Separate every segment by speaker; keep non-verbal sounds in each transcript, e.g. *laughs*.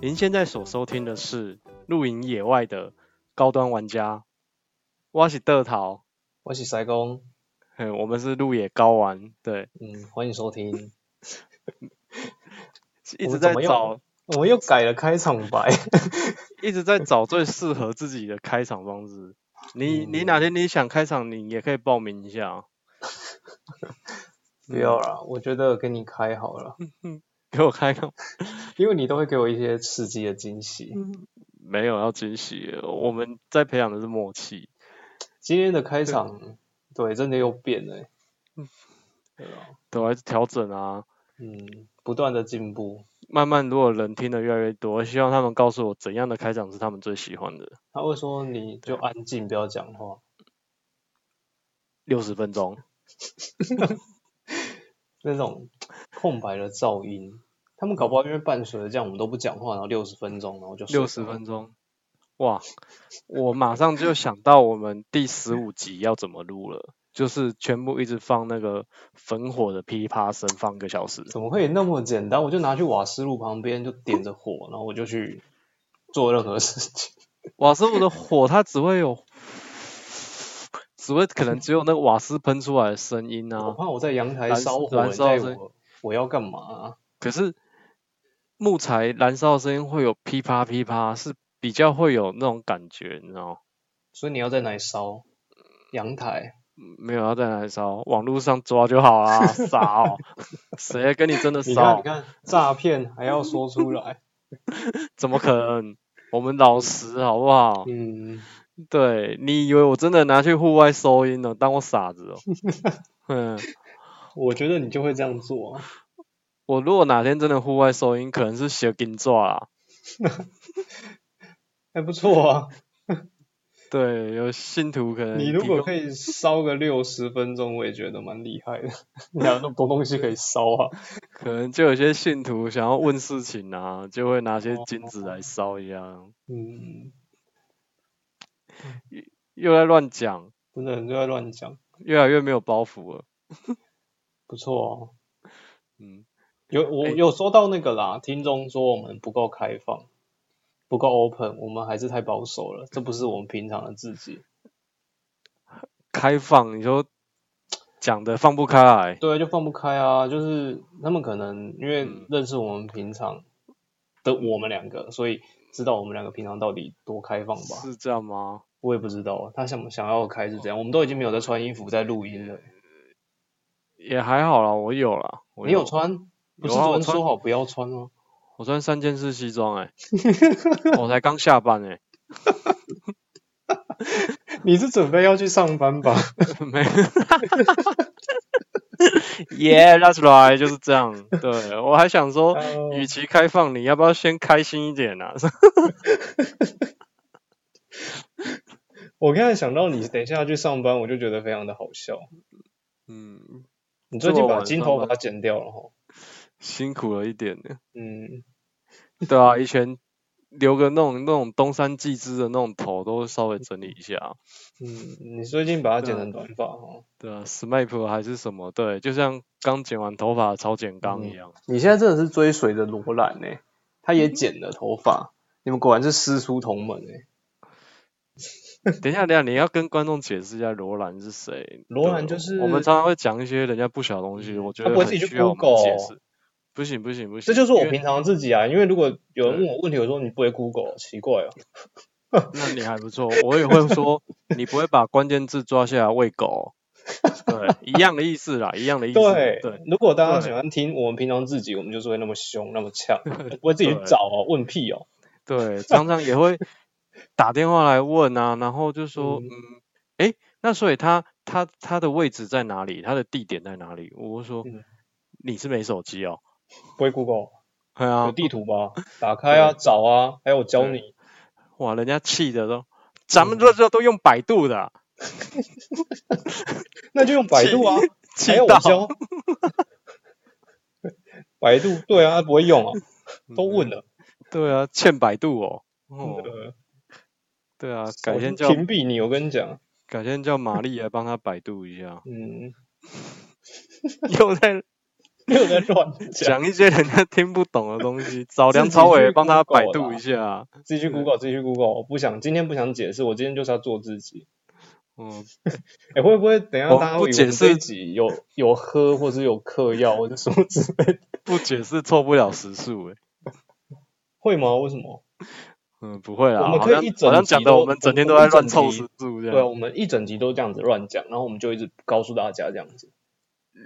Speaker 1: 您现在所收听的是《露营野外的高端玩家》，我是德桃，
Speaker 2: 我是塞工，
Speaker 1: 嗯，我们是路野高玩，对，
Speaker 2: 嗯，欢迎收听。
Speaker 1: 一
Speaker 2: 我
Speaker 1: 直
Speaker 2: 们
Speaker 1: 在
Speaker 2: 怎么
Speaker 1: 找，
Speaker 2: 我们又改了开场白，
Speaker 1: 一直在找最适合自己的开场方式。
Speaker 2: 嗯
Speaker 1: 你你哪天你想开场，你也可以报名一下啊，
Speaker 2: *laughs*
Speaker 1: 嗯
Speaker 2: 不要啦，我觉得给你开好了，
Speaker 1: 给我开
Speaker 2: *laughs*
Speaker 1: 个
Speaker 2: 因为你都会给我一些刺激的惊喜。
Speaker 1: 没有要惊喜了，我们在培养的是默契。
Speaker 2: 今天的开场，对，真的又变了欸、对吧？
Speaker 1: 对，还是调整啊，
Speaker 2: 嗯，不断的进步。
Speaker 1: 慢慢如果人听的越来越多，希望他们告诉我怎样的开场是他们最喜欢的。
Speaker 2: 他会说你就安静，不要讲话。
Speaker 1: 六十分钟，
Speaker 2: 那种空白的噪音，他们搞不好因为伴随着这样，我们都不讲话，然后六十分钟，然后就睡
Speaker 1: 六十
Speaker 2: 着了
Speaker 1: 分钟，哇！我马上就想到我们第十五集要怎么录了，就是全部一直放那个焚火的噼啪声，放一个小时。
Speaker 2: 怎么会那么简单？我就拿去瓦斯炉旁边就点着火，然后我就去做任何事情。
Speaker 1: 瓦斯炉的火它只会有，只会可能只有那个瓦斯喷出来的声音
Speaker 2: 我
Speaker 1: 啊。
Speaker 2: 怕我在阳台
Speaker 1: 燃
Speaker 2: 烧火，
Speaker 1: 燃
Speaker 2: 你
Speaker 1: 烧
Speaker 2: 在
Speaker 1: 声
Speaker 2: 我我要干嘛啊、
Speaker 1: 可是木材燃烧的声音会有噼啪噼啪，是比较会有那种感觉，你知道吗？
Speaker 2: 所以你要在哪里烧？阳台？
Speaker 1: 没有要在哪里烧，网络上抓就好啦， *laughs* 傻哦！谁还跟你真的
Speaker 2: 你看，
Speaker 1: 烧
Speaker 2: 你？看，诈骗还要说出来。
Speaker 1: 怎么可能？我们老实好不
Speaker 2: *laughs*
Speaker 1: 好？
Speaker 2: *laughs* 嗯，
Speaker 1: 对你以为我真的拿去户外收音了，当我傻
Speaker 2: *laughs*
Speaker 1: 子哦？嗯，
Speaker 2: 我觉得你就会这样做、啊。
Speaker 1: 我如果哪天真的户外收音，可能是小金抓啊啦。
Speaker 2: 还不错啊，
Speaker 1: 对，有信徒可能
Speaker 2: 你如
Speaker 1: 提
Speaker 2: 果
Speaker 1: 供
Speaker 2: 可以烧个六十分钟，我也觉得蛮厉害的。 *laughs* 你还有那么多东西可以烧啊！
Speaker 1: 可能就有些信徒想要问事情啊，就会拿
Speaker 2: 哦
Speaker 1: 些金子来烧一样，
Speaker 2: 嗯，
Speaker 1: 又在乱讲，
Speaker 2: 真的，你就在乱讲，
Speaker 1: 越来越没有包袱了。
Speaker 2: 不错哦、
Speaker 1: 嗯，
Speaker 2: 有我
Speaker 1: 哎
Speaker 2: 有收到那个啦，听众说我们不够开放，不够 open，我们还是太保守了，这不是我们平常的自己。
Speaker 1: 开放，你说讲的放不开
Speaker 2: *laughs*
Speaker 1: 来，
Speaker 2: 对啊，就放不开啊，就是他们可能因为
Speaker 1: 嗯
Speaker 2: 认识我们平常的我们两个，所以知道我们两个平常到底多开放吧？
Speaker 1: 是这样吗？
Speaker 2: 我也不知道啊他想想要开是怎样，我们都已经没有在穿衣服在录音了。
Speaker 1: 也还好啦，我有啦，我
Speaker 2: 你有？穿？不是
Speaker 1: 有啊
Speaker 2: 昨
Speaker 1: 我
Speaker 2: 天
Speaker 1: 穿
Speaker 2: 说好不要穿吗？
Speaker 1: 我穿三件式西装哎、我才刚下班哎、
Speaker 2: 你是准备要去上班
Speaker 1: *laughs*
Speaker 2: 吧？
Speaker 1: 没，Yeah，that's right，就是这样。对我还想说，
Speaker 2: 哦
Speaker 1: 与其开放，你要不要先开心一点啊？ *laughs*
Speaker 2: 我刚才想到你等一下要去上班，我就觉得非常的好笑。
Speaker 1: 嗯，
Speaker 2: 你最近
Speaker 1: 这么晚
Speaker 2: 把金头发剪掉了哈？
Speaker 1: 辛苦了一点呢。
Speaker 2: 嗯，
Speaker 1: 对啊，以前留个那种那种东山纪之的那种头，都稍微整理一下。
Speaker 2: 嗯，你最近把它
Speaker 1: 啊
Speaker 2: 剪成短发哈？
Speaker 1: 对啊，SMAP 还是什么？对，就像刚剪完头发的曹简刚一
Speaker 2: 嗯
Speaker 1: 样。
Speaker 2: 你现在真的是追随着罗兰呢、他也剪了头发，你们果然是师出同门哎、
Speaker 1: 等一下，等一下，你要跟观众解释一下罗兰是谁？
Speaker 2: 罗兰
Speaker 1: 对
Speaker 2: 就是
Speaker 1: 我们常常会讲一些人家不晓的东西，我觉
Speaker 2: 他
Speaker 1: 得
Speaker 2: 不会
Speaker 1: 很
Speaker 2: 自己去
Speaker 1: 需要我们
Speaker 2: Google 哦
Speaker 1: 解释。不行不行不行，
Speaker 2: 这就是我
Speaker 1: 因为
Speaker 2: 平常自己啊。因为如果有人问我问题，我说你不会 Google，奇怪哦。
Speaker 1: 那你还不错，我也会说你不会把关键字抓下来喂
Speaker 2: *laughs*
Speaker 1: 狗，对，一样的意思啦，一样的意思，
Speaker 2: 对
Speaker 1: 对，
Speaker 2: 如果大家
Speaker 1: 对
Speaker 2: 喜欢听我们平常自己，我们就是会那么凶、那么呛， *laughs* 不会自己去找哦，问屁哦。
Speaker 1: 对，常常也会打电话来问啊，然后就说
Speaker 2: 嗯
Speaker 1: 嗯，诶，那所以他他他的位置在哪里？他的地点在哪里？我会说、
Speaker 2: 嗯
Speaker 1: 你是没手机哦，
Speaker 2: 不会 *laughs* Google，
Speaker 1: 对啊，
Speaker 2: 有地图吧？打开啊，找啊，还有我教你。
Speaker 1: 哇，人家气的
Speaker 2: 嗯
Speaker 1: 都，咱们这这都用百度的啊，
Speaker 2: 那就用百度啊，
Speaker 1: 气
Speaker 2: 还要我
Speaker 1: 到
Speaker 2: 教。 *laughs* 百度对啊，不会用 *laughs* 啊，都问了，
Speaker 1: 嗯对啊，欠百度
Speaker 2: *laughs*
Speaker 1: 哦。哦，
Speaker 2: 呃
Speaker 1: 对啊，
Speaker 2: 我
Speaker 1: 改
Speaker 2: 就
Speaker 1: 天叫
Speaker 2: 屏蔽你，我跟你讲，
Speaker 1: 改
Speaker 2: *laughs*，
Speaker 1: 天叫玛丽来帮他百度一下
Speaker 2: 嗯，
Speaker 1: 又在
Speaker 2: 没有在乱讲，
Speaker 1: 讲一些人家听不懂的东西，找
Speaker 2: 自
Speaker 1: 梁
Speaker 2: 己
Speaker 1: 朝伟
Speaker 2: 去
Speaker 1: 帮他百
Speaker 2: Google
Speaker 1: 度
Speaker 2: 啦
Speaker 1: 一下啊。
Speaker 2: 自己去 Google，自己去 Google。我不想今天不想解释，我今天就是要做自己。
Speaker 1: 嗯，
Speaker 2: 哎、会不会等一下
Speaker 1: 我
Speaker 2: 大家
Speaker 1: 哦不
Speaker 2: 会以为
Speaker 1: 解
Speaker 2: 我们这一
Speaker 1: 释
Speaker 2: 集有有喝或者有嗑药或者什么之类的？ *laughs*
Speaker 1: 不解释错不了时速欸诶、
Speaker 2: 会吗？为什么？
Speaker 1: 嗯，不会啦，
Speaker 2: 我们
Speaker 1: 好
Speaker 2: 可以
Speaker 1: 像
Speaker 2: 一整
Speaker 1: 好像
Speaker 2: 集
Speaker 1: 讲的
Speaker 2: 都
Speaker 1: 我们整天
Speaker 2: 我
Speaker 1: 都
Speaker 2: 们
Speaker 1: 在
Speaker 2: 一
Speaker 1: 乱
Speaker 2: 整
Speaker 1: 凑
Speaker 2: 集
Speaker 1: 时速这
Speaker 2: 对啊，
Speaker 1: 样。
Speaker 2: 我们一整集都这样子乱讲，然后我们就一直告诉大家这样子。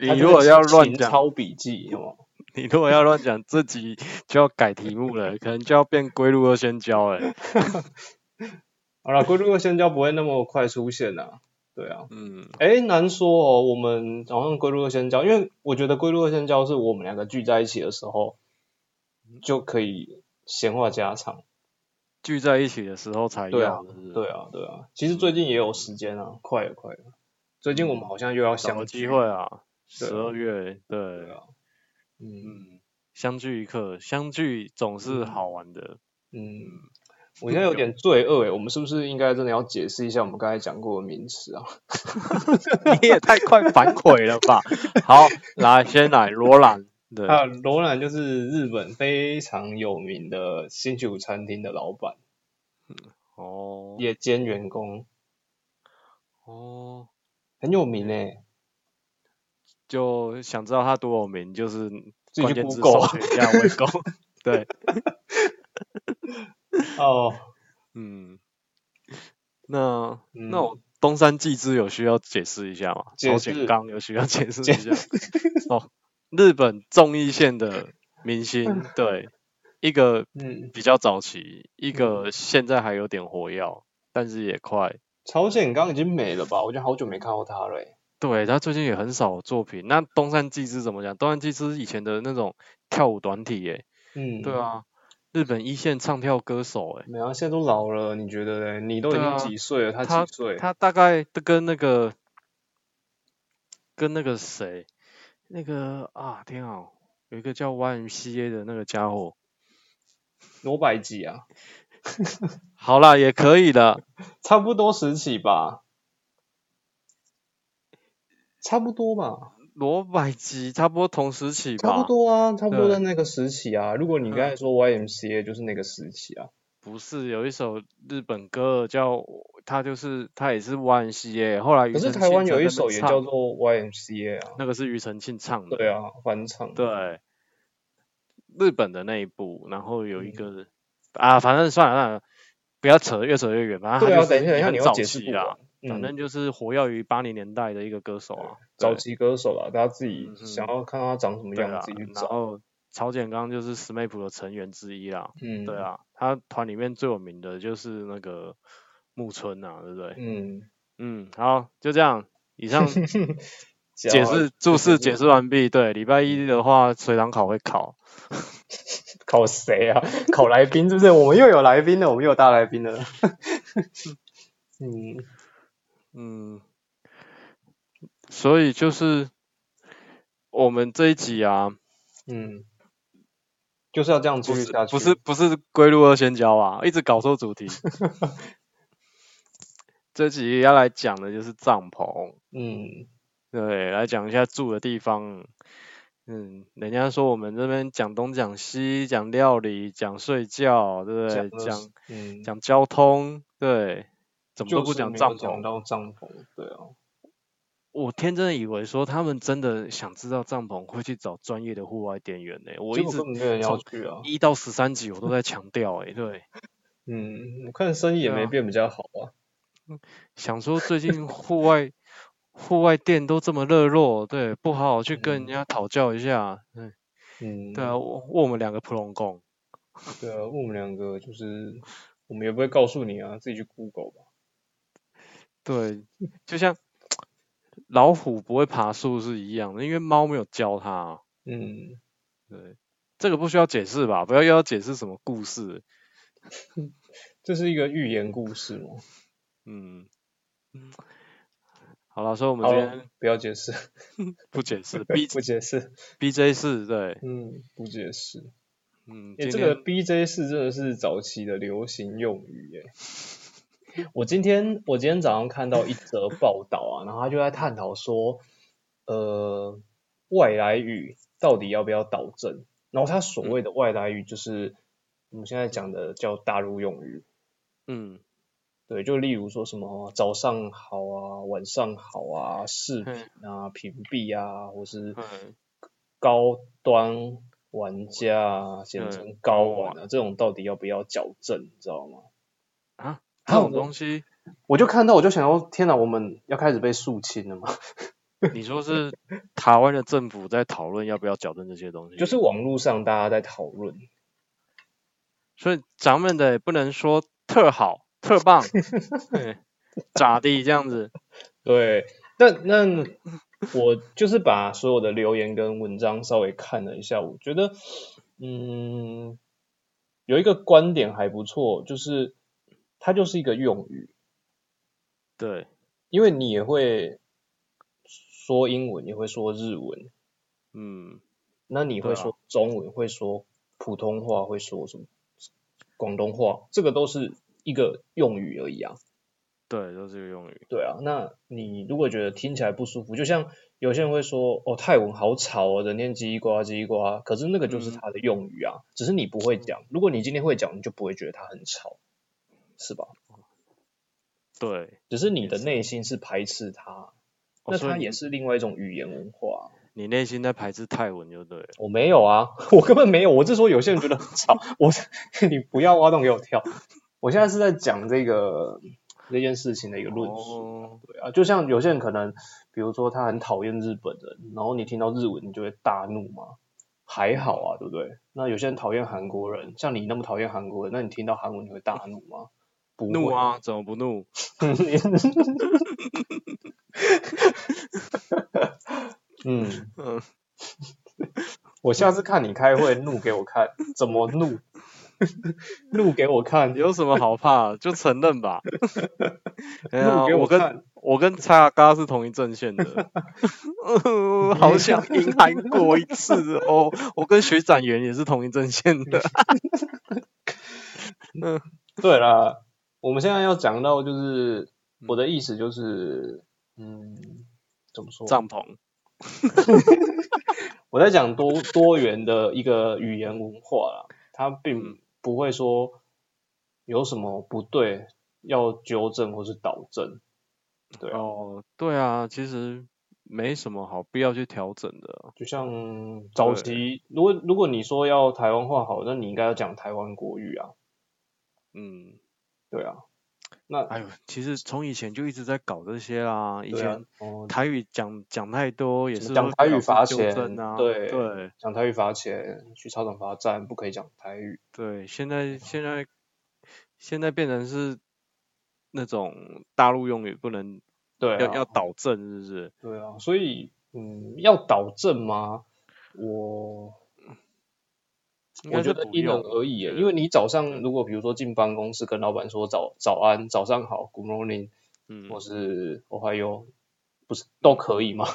Speaker 2: 他
Speaker 1: 你
Speaker 2: 就
Speaker 1: 如
Speaker 2: 会
Speaker 1: 果要
Speaker 2: 勤
Speaker 1: 乱讲，
Speaker 2: 抄笔记，有吗？
Speaker 1: 你如果要乱讲，这集就要改题目了，可能就要变归路二仙交哎、
Speaker 2: 好了，龟鹿香蕉不会那么快出现呐、对啊，
Speaker 1: 嗯，
Speaker 2: 哎，难说哦。我们好像龟鹿香蕉，因为我觉得龟鹿香蕉是我们两个聚在一起的时候就可以闲话家常。
Speaker 1: 聚在一起的时候才
Speaker 2: 对啊
Speaker 1: 要的，是不是
Speaker 2: 对啊，对啊。其实最近也有时间啊，快了快了。最近我们好像又
Speaker 1: 嗯找
Speaker 2: 要相
Speaker 1: 个机
Speaker 2: 聚，
Speaker 1: 会啊，十
Speaker 2: 对啊
Speaker 1: 二月对
Speaker 2: 对，啊。嗯
Speaker 1: 嗯，相聚一刻，相聚总是好玩的。
Speaker 2: 嗯，我现在有点罪恶诶，欸我们是不是应该真的要解释一下我们刚才讲过的名词啊？
Speaker 1: *laughs* 你也太快反悔了 *laughs* 吧？好，来先来罗兰，对，
Speaker 2: 啊，罗兰就是日本非常有名的星期五餐厅的老板，
Speaker 1: 哦
Speaker 2: 也兼员工，
Speaker 1: 哦，
Speaker 2: 很有名欸诶。
Speaker 1: 就想知道他多有名，就是
Speaker 2: 自己去
Speaker 1: 关键字
Speaker 2: Google
Speaker 1: 搜寻一下围攻， *laughs* 对，
Speaker 2: 哦，
Speaker 1: 嗯，那
Speaker 2: 嗯
Speaker 1: 那我东山纪之有需要解释一下吗？
Speaker 2: 解
Speaker 1: 朝
Speaker 2: 释
Speaker 1: 鲜刚有需要解释
Speaker 2: 解
Speaker 1: 一下哦，日本综艺线的明 *laughs* 星，对，一个
Speaker 2: 嗯，
Speaker 1: 比较早期，一个现在还有点活跃，但是也快。
Speaker 2: 朝鲜刚已经没了吧？我觉得好久没看到他了欸诶。
Speaker 1: 对他最近也很少有作品。那东山纪之怎么讲？东山纪之以前的那种跳舞团体，耶，
Speaker 2: 嗯，
Speaker 1: 对，啊，日本一线唱跳歌手，哎，
Speaker 2: 没啊，现在都老了，你觉得嘞？你都已
Speaker 1: 对
Speaker 2: 经
Speaker 1: 啊
Speaker 2: 几岁了？
Speaker 1: 他
Speaker 2: 几岁？
Speaker 1: 他大概都跟那个跟那个谁，那个啊，天啊，有一个叫 YMCA 的那个家伙，
Speaker 2: 罗百吉啊，
Speaker 1: 好啦，也可以的，
Speaker 2: 差不多时期吧，差不多吧，
Speaker 1: 罗百吉差不多同时起吧，
Speaker 2: 差不多啊，差不多
Speaker 1: 对嗯
Speaker 2: 在那个时期啊。如果你刚才说 YMCA 就是那个时期啊，
Speaker 1: 不是有一首日本歌叫他就是他也是 YMCA，后来庾
Speaker 2: 可是
Speaker 1: 澄
Speaker 2: 台
Speaker 1: 庆
Speaker 2: 湾
Speaker 1: 在
Speaker 2: 有一
Speaker 1: 那边
Speaker 2: 首也
Speaker 1: 唱
Speaker 2: 叫做 YMCA 啊，
Speaker 1: 那个是庾澄庆唱的，
Speaker 2: 对啊，翻唱。
Speaker 1: 对，日本的那一部，然后有一
Speaker 2: 嗯
Speaker 1: 个、啊，反正算了算了，不要扯，越扯越远。反正
Speaker 2: 对
Speaker 1: 他
Speaker 2: 啊，
Speaker 1: 就是
Speaker 2: 等一下，等一下
Speaker 1: 很
Speaker 2: 你要
Speaker 1: 早
Speaker 2: 解释
Speaker 1: 期
Speaker 2: 不
Speaker 1: 啦
Speaker 2: 完，。
Speaker 1: 反
Speaker 2: 嗯，
Speaker 1: 正就是活跃于八零年代的一个歌手啊，
Speaker 2: 早
Speaker 1: 对
Speaker 2: 期歌手啦，大家自己
Speaker 1: 嗯嗯
Speaker 2: 想要看到他长什么
Speaker 1: 对
Speaker 2: 样，
Speaker 1: 啊
Speaker 2: 自己去，
Speaker 1: 然
Speaker 2: 找。
Speaker 1: 后曹简刚就是 SMAP 的成员之一啦，
Speaker 2: 嗯，
Speaker 1: 对，啊，他团里面最有名的就是那个木村啊，对不对？
Speaker 2: 嗯，
Speaker 1: 嗯，好，就这样，以
Speaker 2: *laughs*
Speaker 1: 上
Speaker 2: 解
Speaker 1: 解释注释解释完毕。对，礼拜一的话，水堂考会考，
Speaker 2: 考谁啊？ *laughs* 考来宾是不是？我们又有来宾了，我们又有大来宾了。 *laughs* 嗯，
Speaker 1: 嗯，所以就是我们这一集啊，
Speaker 2: 嗯，就是要这样继
Speaker 1: 不
Speaker 2: 续
Speaker 1: 是
Speaker 2: 下去。
Speaker 1: 不是，不是归路二仙交啊，一直搞错主
Speaker 2: *laughs*
Speaker 1: 题。这集要来讲的就是帐篷，
Speaker 2: 嗯，
Speaker 1: 对，来讲一下住的地方。嗯，人家说我们这边讲东讲西，讲料理，讲睡觉，对不对？
Speaker 2: 了
Speaker 1: 讲，
Speaker 2: 嗯，
Speaker 1: 讲交通，对，怎么
Speaker 2: 就
Speaker 1: 都不
Speaker 2: 是
Speaker 1: 讲
Speaker 2: 没有
Speaker 1: 帐
Speaker 2: 讲
Speaker 1: 篷。
Speaker 2: 到帐篷，对啊，
Speaker 1: 我天真的以为说他们真的想知道帐篷会去找专业的户外店员呢、我
Speaker 2: 结
Speaker 1: 一
Speaker 2: 果
Speaker 1: 直
Speaker 2: 根本没有人要去啊。
Speaker 1: 一到十三集我都在强调哎、对，
Speaker 2: 嗯，我看生意也
Speaker 1: 对啊
Speaker 2: 没变比较好啊。
Speaker 1: 想说最近户外户外店都这么热络，对，不好好去跟人
Speaker 2: 嗯
Speaker 1: 家讨教一下，嗯，
Speaker 2: 嗯，
Speaker 1: 对啊，我问我们两个普龙工，
Speaker 2: 对啊，问我们两个就是，我们也不会告诉你啊，自己去 Google 吧。
Speaker 1: 对，就像老虎不会爬树是一样的，因为猫没有教它啊，
Speaker 2: 嗯，
Speaker 1: 对，这个不需要解释吧？不要又要解释什么故事，
Speaker 2: 这是一个寓言故事嘛。
Speaker 1: 嗯嗯，好了，所以我们
Speaker 2: 好
Speaker 1: 今
Speaker 2: 了
Speaker 1: 天。
Speaker 2: 不要解释，
Speaker 1: 不解
Speaker 2: *laughs*
Speaker 1: 释，B
Speaker 2: 不解释，
Speaker 1: B J 四对，
Speaker 2: 嗯，不解释。
Speaker 1: 嗯，
Speaker 2: 哎、
Speaker 1: 今
Speaker 2: 这个
Speaker 1: 天
Speaker 2: BJ 是真的是早期的流行用语耶。我今天我今天早上看到一则报道啊，然后他就在探讨说，呃，外来语到底要不要导正。然后它所谓的外来语就是我们现在讲的叫大陆用语， *laughs*
Speaker 1: 嗯，
Speaker 2: 对，就例如说什么早上好啊，晚上好啊，视频
Speaker 1: 嘿
Speaker 2: 啊，屏蔽啊，或是
Speaker 1: 嗯
Speaker 2: 高端玩家啊，简
Speaker 1: 嗯
Speaker 2: 称高玩啊，这种到底要不要矫正，你知道吗？
Speaker 1: 啊，这
Speaker 2: 还有
Speaker 1: 种
Speaker 2: 呢
Speaker 1: 东
Speaker 2: *laughs*
Speaker 1: 西，
Speaker 2: 我就看到我就想要，天哪，我们要开始被肃清了吗？
Speaker 1: 你说是台湾的政府在讨论要不要矫正这些东西，
Speaker 2: 就是网络上大家在讨论，
Speaker 1: 所以咱们的也不能说特好、特
Speaker 2: *laughs*
Speaker 1: 棒，对咋地这样子，
Speaker 2: 对，那那我就是把所有的留言跟文章稍微看了一下，我觉得，嗯，有一个观点还不错，就是它就是一个用语，
Speaker 1: 对，
Speaker 2: 因为你也会说英文，也会说日文，
Speaker 1: 嗯，
Speaker 2: 那你会
Speaker 1: 对啊
Speaker 2: 说中文，会说普通话，会说什么广东话，这个都是一个用语而已啊。
Speaker 1: 对，都是个用语，
Speaker 2: 对啊，那你如果觉得听起来不舒服，就像有些人会说，哦，泰文好吵哦，整天叽呱叽呱，可是那个就是
Speaker 1: 嗯
Speaker 2: 它的用语啊，只是你不会讲。如果你今天会讲，你就不会觉得它很吵，是吧？
Speaker 1: 对，
Speaker 2: 只是你的
Speaker 1: 也是
Speaker 2: 内心是排斥它，
Speaker 1: 哦
Speaker 2: 那
Speaker 1: 所以
Speaker 2: 它
Speaker 1: 你
Speaker 2: 也是另外一种语言文化啊。
Speaker 1: 你内心在排斥泰文就对了，
Speaker 2: 我没有啊， *laughs* 我根本没有，我是说有些人觉得很吵， *laughs* 我是你不要挖洞给我跳。我现在是在讲这个这件事情的一个论述。
Speaker 1: 哦，
Speaker 2: 对啊，就像有些人可能，比如说他很讨厌日本人，然后你听到日文你就会大怒嘛，还好啊，对不对？那有些人讨厌韩国人，像你那么讨厌韩国人，那你听到韩文你会大怒吗？不会
Speaker 1: 怒！啊，怎么不怒？
Speaker 2: 嗯，
Speaker 1: 嗯，
Speaker 2: *laughs* 我下次看你开会怒给我看，怎么怒？ *laughs* 怒给我看，
Speaker 1: 有什么好怕的？就承认
Speaker 2: *laughs*
Speaker 1: 吧。哎呀
Speaker 2: 录给我
Speaker 1: 我跟
Speaker 2: 看，
Speaker 1: 我跟蔡嘎是同一阵线 *laughs* 的，呃好想赢韩国一次哦。我跟徐展元也是同一阵线的，
Speaker 2: 对啦，我们现在要讲到
Speaker 1: 嗯
Speaker 2: 就是我的意思就是，嗯，怎么说？
Speaker 1: 帐篷。
Speaker 2: 我在讲多多元的一个语言文化啦，它并
Speaker 1: 嗯
Speaker 2: 不会说有什么不对要纠正或是导正。对啊，
Speaker 1: 哦，对啊，其实没什么好必要去调整的啊。
Speaker 2: 就像早期，如果如果你说要台湾话好，那你应该要讲台湾国语啊。
Speaker 1: 嗯，
Speaker 2: 对啊，那
Speaker 1: 哎呦，其实从以前就一直在搞这些啦，以
Speaker 2: 对啊
Speaker 1: 前。
Speaker 2: 哦，
Speaker 1: 台语讲讲太多也
Speaker 2: 什
Speaker 1: 是
Speaker 2: 么讲
Speaker 1: 会
Speaker 2: 台
Speaker 1: 被
Speaker 2: 语
Speaker 1: 老师
Speaker 2: 罚
Speaker 1: 纠
Speaker 2: 钱
Speaker 1: 正啊，
Speaker 2: 对
Speaker 1: 对
Speaker 2: 讲台语罚钱，去操场罚站，不可以讲台语。
Speaker 1: 对，现在现在现在变成是那种大陆用语不能
Speaker 2: 对
Speaker 1: 要
Speaker 2: 啊，
Speaker 1: 要导正，是不是？
Speaker 2: 对啊，所以嗯，要导正吗？我
Speaker 1: 应
Speaker 2: 我
Speaker 1: 该
Speaker 2: 觉
Speaker 1: 是
Speaker 2: 得
Speaker 1: 不
Speaker 2: 因人
Speaker 1: 用。
Speaker 2: 而异耶，
Speaker 1: 对
Speaker 2: 因为你早上如果比如说进办公室跟老板说早早安、早上好、Good morning，
Speaker 1: 嗯，
Speaker 2: 或是 Ohio，不是都可以吗？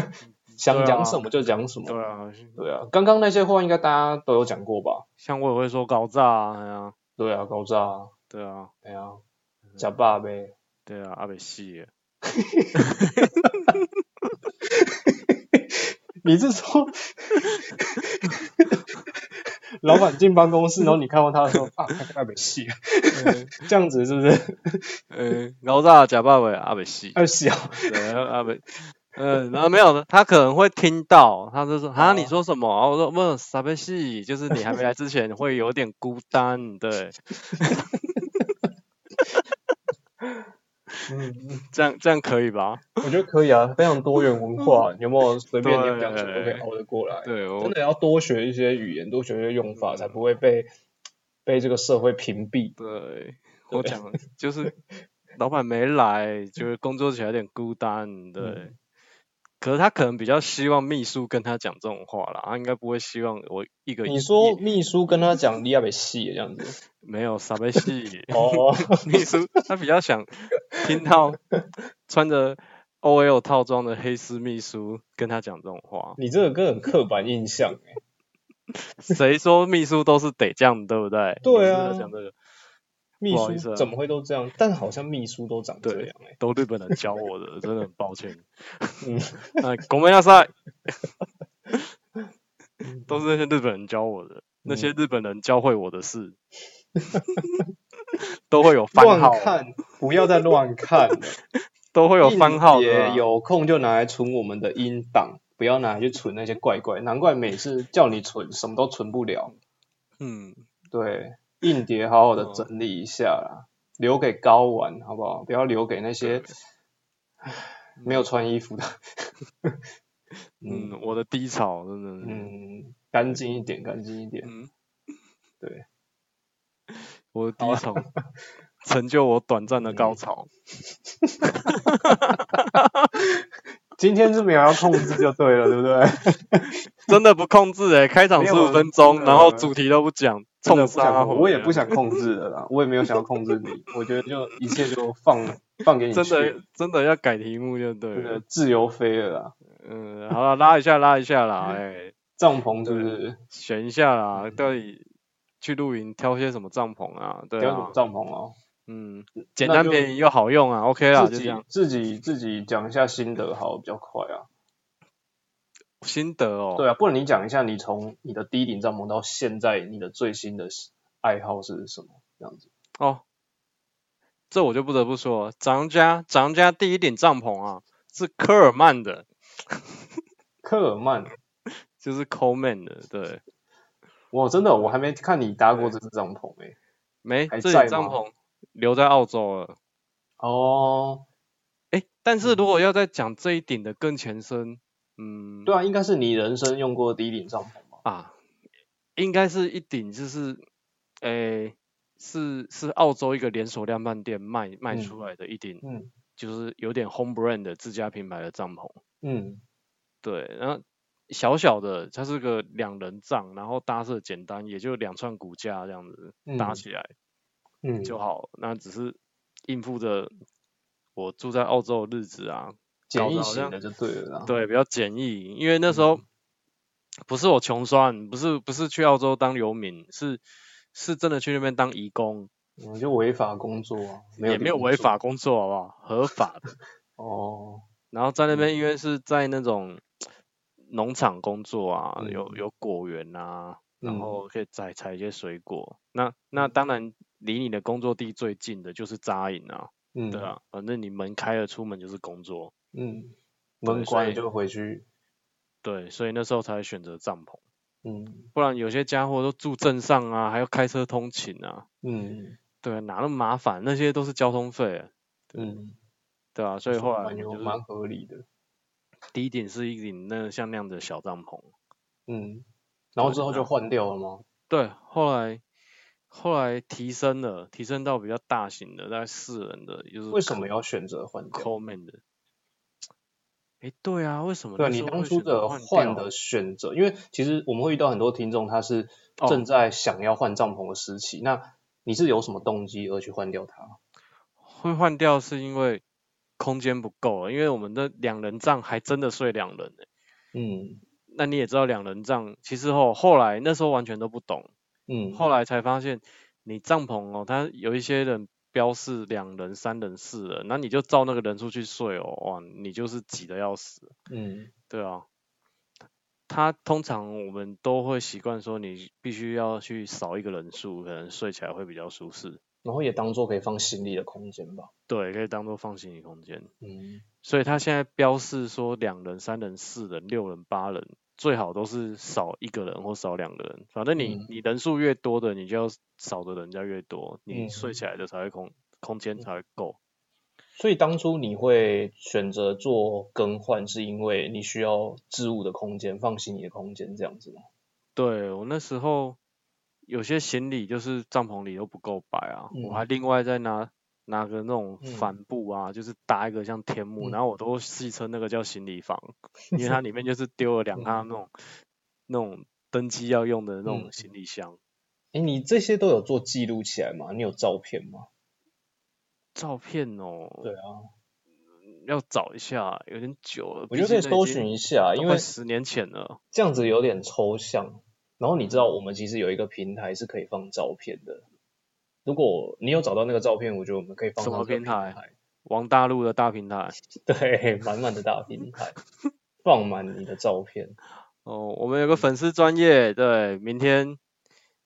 Speaker 2: *laughs* 想讲什么就讲什么。
Speaker 1: 啊对啊，
Speaker 2: 对啊，刚刚那些话应该大家都有讲过吧？
Speaker 1: 像我也会说搞炸啊，哎呀，
Speaker 2: 对啊，高炸，
Speaker 1: 对啊，
Speaker 2: 哎呀，
Speaker 1: 嗯
Speaker 2: 假爸呗。
Speaker 1: 对啊，阿北系耶，
Speaker 2: 你是说老板进办公室，然后你看到他说啊，他太没戏了，这样子是不是？ *laughs*
Speaker 1: 嗯，搞炸假爸伟阿北系，
Speaker 2: 二笑。
Speaker 1: 对啊阿北。 *laughs* 嗯，然后没有，他可能会听到，他就说啊，你
Speaker 2: 哦
Speaker 1: 说什么？然后我说问傻贝系，就是你还没来之前会有点孤单，对，
Speaker 2: 嗯。
Speaker 1: 这样这样可以 *laughs* 吧？
Speaker 2: 我觉得可以啊，非常多元文化，有没有随便你
Speaker 1: 对
Speaker 2: 讲什么都可以熬得过来？
Speaker 1: 对，
Speaker 2: 真
Speaker 1: 我
Speaker 2: 的要多学一些语言，多学一些用法，才不会被被这个社会屏蔽。
Speaker 1: 对，我讲了就是老板没来，就是工作起来有点孤单，对。
Speaker 2: 嗯
Speaker 1: 可是他可能比较希望秘书跟他讲这种话啦，他应该不会希望我一个
Speaker 2: 你
Speaker 1: 一
Speaker 2: 说秘书跟他讲你亚北戏这样
Speaker 1: *laughs*
Speaker 2: 子，
Speaker 1: 没有傻白戏
Speaker 2: 哦， *laughs*
Speaker 1: 秘书，他比较想听到穿着 OL 套装的黑丝秘书跟他讲这种话。
Speaker 2: 你这个跟很刻板印象欸
Speaker 1: 谁说秘书都是得这样，对不对？
Speaker 2: 对
Speaker 1: 你是
Speaker 2: 啊
Speaker 1: 在讲这个
Speaker 2: 秘
Speaker 1: 不好意思
Speaker 2: 书
Speaker 1: 啊
Speaker 2: 怎么会都这样？但好像秘书都长这样哎、
Speaker 1: 都日本人教我 *laughs* 的，真的很抱歉。
Speaker 2: 嗯
Speaker 1: 嗯，那ごめんなさい。都是那些日本人教我的，那
Speaker 2: 嗯
Speaker 1: 些日本人教会我的事，都会有番号
Speaker 2: 乱，看，不要再乱看了。
Speaker 1: 都 *laughs* 会有番号
Speaker 2: 硬
Speaker 1: 的
Speaker 2: 碟
Speaker 1: 啊。
Speaker 2: 有空就拿来存我们的音档，不要拿来去存那些怪怪。难怪每次叫你存，什么都存不了。
Speaker 1: 嗯，
Speaker 2: 对，硬碟好好的
Speaker 1: 嗯
Speaker 2: 整理一下啦，留给高玩好不好？不要留给那些唉 *sighs* 没有穿衣服的。嗯 *laughs*
Speaker 1: 嗯，我的低潮真的是，
Speaker 2: 嗯，干净一点，干净一点。
Speaker 1: 嗯，
Speaker 2: 对，啊
Speaker 1: 我的低潮成就我短暂
Speaker 2: 嗯
Speaker 1: 的高潮。
Speaker 2: 今天是没有要控制就对了，对
Speaker 1: *laughs*
Speaker 2: 不对？
Speaker 1: 真的不控制哎、开场
Speaker 2: 没
Speaker 1: 十
Speaker 2: 有啊
Speaker 1: 五分
Speaker 2: 真
Speaker 1: 钟，
Speaker 2: 的
Speaker 1: 然后主题都不讲，
Speaker 2: 真的
Speaker 1: 冲
Speaker 2: 不想
Speaker 1: 杀
Speaker 2: 控，我也不想控制的啦，我也没有想要控制你，我觉得就一切就放放给你
Speaker 1: 真
Speaker 2: 去
Speaker 1: 的真的要改题目就对
Speaker 2: 真的
Speaker 1: 了。
Speaker 2: 自由飞了啦，
Speaker 1: 嗯，好了，拉一下拉一下
Speaker 2: *laughs*
Speaker 1: 啦，哎、
Speaker 2: 帐篷是不是？
Speaker 1: 选一下啦，
Speaker 2: 嗯
Speaker 1: 到底去露营挑些什么帐篷啊？对
Speaker 2: 不要什么
Speaker 1: 啊，
Speaker 2: 帐篷哦，
Speaker 1: 嗯，简
Speaker 2: 那
Speaker 1: 单
Speaker 2: 就
Speaker 1: 便宜又好用啊，OK 啦，就
Speaker 2: 自
Speaker 1: 这
Speaker 2: 己
Speaker 1: 样。
Speaker 2: 自己自己讲一下心得好，比较快啊。
Speaker 1: 心得哦，
Speaker 2: 对啊，不然你讲一下你从你的第一顶帐篷到现在你的最新的爱好是什么？这样子，
Speaker 1: 哦，这我就不得不说，咱家咱家第一顶帐篷啊是科尔曼的，
Speaker 2: 科尔曼，
Speaker 1: 就是 Coleman 的，对，
Speaker 2: 我真的我还没看你搭过这只帐篷欸诶、
Speaker 1: 没
Speaker 2: 还
Speaker 1: 这
Speaker 2: 在
Speaker 1: 顶帐
Speaker 2: 吗
Speaker 1: 篷留在澳洲了。
Speaker 2: 哦，
Speaker 1: 哎，但
Speaker 2: 嗯
Speaker 1: 是如果要再讲这一顶的更前身，嗯，
Speaker 2: 对啊，应该是你人生用过的第一顶帐篷吧？
Speaker 1: 啊，应该是一顶就是，诶，是是澳洲一个连锁量贩店卖卖
Speaker 2: 嗯
Speaker 1: 出来的一顶，
Speaker 2: 嗯
Speaker 1: 就是有点 home brand 的自家品牌的帐篷。
Speaker 2: 嗯
Speaker 1: 对，然后小小的，它是个两人帐，然后搭设简单，也就两串骨架这样子
Speaker 2: 嗯
Speaker 1: 搭起来
Speaker 2: 嗯，
Speaker 1: 就好。那只是应付着我住在澳洲的日子啊，
Speaker 2: 简
Speaker 1: 搞
Speaker 2: 易
Speaker 1: 得好
Speaker 2: 型
Speaker 1: 像
Speaker 2: 的就对了啦。
Speaker 1: 对，比较简易，因为那时候
Speaker 2: 嗯
Speaker 1: 不是我穷酸，不是不是去澳洲当游民，是是真的去那边当义工，
Speaker 2: 嗯，就违法工作啊，没有
Speaker 1: 也没有
Speaker 2: 工作
Speaker 1: 违法工作，好不好？合法的。
Speaker 2: 哦。
Speaker 1: 然后在那边因为是在那种农场工作啊，有
Speaker 2: 嗯
Speaker 1: 有果园啊，
Speaker 2: 嗯
Speaker 1: 然后可以采采一些水果。那那当然离你的工作地最近的就是扎营啊，
Speaker 2: 嗯，
Speaker 1: 对啊，反正你门开了出门就是工作，
Speaker 2: 嗯，门
Speaker 1: 对
Speaker 2: 关
Speaker 1: 所
Speaker 2: 了
Speaker 1: 以
Speaker 2: 就回去，
Speaker 1: 对，所以那时候才选择帐篷。
Speaker 2: 嗯
Speaker 1: 不然有些家伙都住镇上啊，还要开车通勤啊，
Speaker 2: 嗯
Speaker 1: 对啊，哪那么麻烦？那些都是交通费，啊
Speaker 2: 嗯，
Speaker 1: 对啊，所以后来我
Speaker 2: 蛮
Speaker 1: 们
Speaker 2: 哦有
Speaker 1: 就是
Speaker 2: 蛮合理的，
Speaker 1: 第一顶是一顶那像那样的小帐篷，
Speaker 2: 嗯，然后
Speaker 1: 对啊
Speaker 2: 之后就
Speaker 1: 那
Speaker 2: 换掉了吗？
Speaker 1: 对，后来后来提升了，提升到比较大型的，大概四人的，就是
Speaker 2: 为什么要选择换掉？
Speaker 1: Coleman 的。诶，对啊，为什么
Speaker 2: 对
Speaker 1: 那
Speaker 2: 你
Speaker 1: 时候
Speaker 2: 当
Speaker 1: 会
Speaker 2: 初
Speaker 1: 选择
Speaker 2: 的
Speaker 1: 换
Speaker 2: 换
Speaker 1: 掉
Speaker 2: 的选择，因为其实我们会遇到很多听众，他是
Speaker 1: 哦
Speaker 2: 正在想要换帐篷的时期，那你是有什么动机而去换掉它？
Speaker 1: 会换掉是因为空间不够啊了，因为我们的两人帐还真的睡两人、欸，
Speaker 2: 嗯
Speaker 1: 那你也知道两人帐，其实后后来那时候完全都不懂，
Speaker 2: 嗯
Speaker 1: 后来才发现你帐篷哦，它有一些人标示两人、三人、四人，那你就照那个人数去睡哦，哇，你就是挤得要死，
Speaker 2: 嗯
Speaker 1: 对啊。他通常我们都会习惯说，你必须要去少一个人数，可能睡起来会比较舒适。
Speaker 2: 然后也当做可以放行李的空间吧。
Speaker 1: 对，可以当做放行李空间。
Speaker 2: 嗯
Speaker 1: 所以他现在标示说两人、三人、四人、六人、八人，最好都是少一个人或少两个人。反正你、
Speaker 2: 嗯
Speaker 1: 你人数越多的，你就要少的人家越多，你
Speaker 2: 嗯
Speaker 1: 睡起来的才会空空间才会够。
Speaker 2: 所以当初你会选择做更换，是因为你需要置物的空间，放行李的空间这样子吗？
Speaker 1: 对我那时候有些行李就是帐篷里都不够摆啊，我还
Speaker 2: 嗯
Speaker 1: 另外再拿拿个那种
Speaker 2: 嗯
Speaker 1: 帆布啊，就是搭一个像天幕，
Speaker 2: 嗯
Speaker 1: 然后我都戏称那个叫行李房，
Speaker 2: *laughs*
Speaker 1: 因为它里面就是丢了
Speaker 2: 嗯
Speaker 1: 两趟那种、那种登机要用的那种
Speaker 2: 嗯
Speaker 1: 行李箱。
Speaker 2: 诶，你这些都有做记录起来吗？你有照片吗？
Speaker 1: 照片哦，嗯
Speaker 2: 对啊，
Speaker 1: 要找一下，有点久了。
Speaker 2: 我觉得可以搜
Speaker 1: 一
Speaker 2: 寻一下，因为
Speaker 1: 十年前了。
Speaker 2: 这样子有点抽象。然后你知道，我们其实有一个平台是可以放照片的。如果你有找到那个照片，我觉得我们可以放
Speaker 1: 什
Speaker 2: 上
Speaker 1: 么
Speaker 2: 这个
Speaker 1: 平
Speaker 2: 平
Speaker 1: 台？王大陆
Speaker 2: 啊
Speaker 1: 的大平台，*laughs*
Speaker 2: *laughs* 对，满满的大平台，放满你的照片。
Speaker 1: 哦，我们有个粉丝专业，对，明天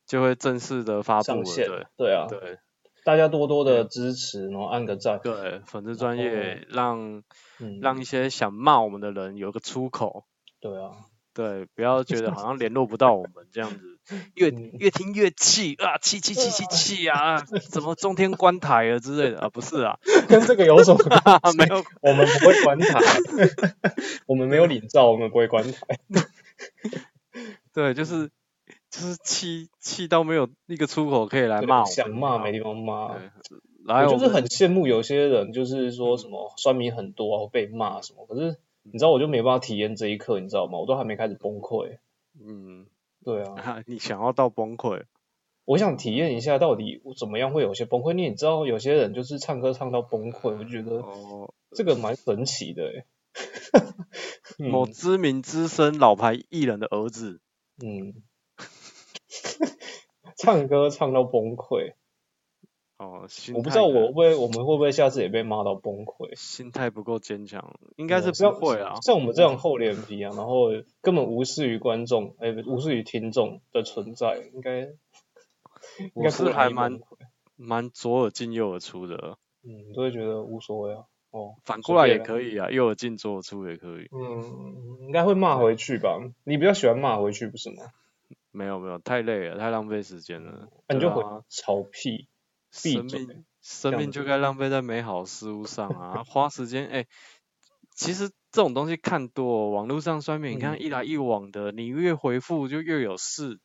Speaker 1: 就会正式的发布了，
Speaker 2: 上线
Speaker 1: 对，
Speaker 2: 对啊，
Speaker 1: 对
Speaker 2: 大家多多的支持，然后按个赞，
Speaker 1: 对，粉丝专
Speaker 2: 哦
Speaker 1: 业让
Speaker 2: 嗯，
Speaker 1: 让一些想骂我们的人有个出口，
Speaker 2: 对啊， *laughs*
Speaker 1: 对，不要觉得好像联络不到我们这样子，越
Speaker 2: 嗯
Speaker 1: 越听越气啊，气气气气气
Speaker 2: *laughs*
Speaker 1: 啊，怎么中天观台了之类的啊？不是啊，
Speaker 2: 跟这个有什么关？
Speaker 1: *laughs* 没有，
Speaker 2: 我们不会观
Speaker 1: *laughs*
Speaker 2: 台，我们没有领照，我们不会观台。
Speaker 1: 对，
Speaker 2: 嗯
Speaker 1: 就是就是气气到没有一个出口可以来骂我们，啊
Speaker 2: 想骂没地方骂。
Speaker 1: 对来，
Speaker 2: 我就
Speaker 1: 我
Speaker 2: 是
Speaker 1: 们
Speaker 2: 很羡慕有些人，就是说什么酸民很多啊，我被骂什么，可是你知道我就没办法体验这一刻，你知道吗？我都还没开始崩溃。
Speaker 1: 嗯，
Speaker 2: 对啊，
Speaker 1: 啊你想要到崩溃，
Speaker 2: 我想体验一下到底我怎么样会有些崩溃。因为你知道有些人就是唱歌唱到崩溃，我就觉得
Speaker 1: 哦，
Speaker 2: 这个蛮神奇的、欸。嗯
Speaker 1: *laughs* 某知名资深老牌艺人的儿子，
Speaker 2: 嗯， *laughs* 唱歌唱到崩溃，
Speaker 1: 哦，心
Speaker 2: 我不
Speaker 1: 态
Speaker 2: 知道
Speaker 1: 可能
Speaker 2: 我会不会我们会不会下次也被骂到崩溃。
Speaker 1: 心态不够坚强，应该是
Speaker 2: 嗯
Speaker 1: 不会啊
Speaker 2: 像，像我们这种厚脸皮啊，然后根本无视于观众，哎、不无视于听众的存在，应该应
Speaker 1: 我
Speaker 2: 该不
Speaker 1: 是
Speaker 2: 会
Speaker 1: 还
Speaker 2: 让你
Speaker 1: 蛮
Speaker 2: 崩溃
Speaker 1: 蛮左耳进右耳出的，
Speaker 2: 嗯，都会觉得无所谓啊。哦，
Speaker 1: 反
Speaker 2: 随
Speaker 1: 过来
Speaker 2: 便
Speaker 1: 也
Speaker 2: 啊
Speaker 1: 可以啊，右耳进左耳出也可以，
Speaker 2: 嗯，应该会骂回去吧？你比较喜欢骂回去不是吗？
Speaker 1: 没有没有，太累了，太浪费时间了，
Speaker 2: 那、你
Speaker 1: 对
Speaker 2: 就回
Speaker 1: 啊
Speaker 2: 吵屁，闭
Speaker 1: 生
Speaker 2: 嘴
Speaker 1: 命生
Speaker 2: 样
Speaker 1: 命
Speaker 2: 子
Speaker 1: 就该浪费在美好事物上啊，花时间哎、其实这种东西看多，网络上酸面，你看一来一往的，你越回复就越有事，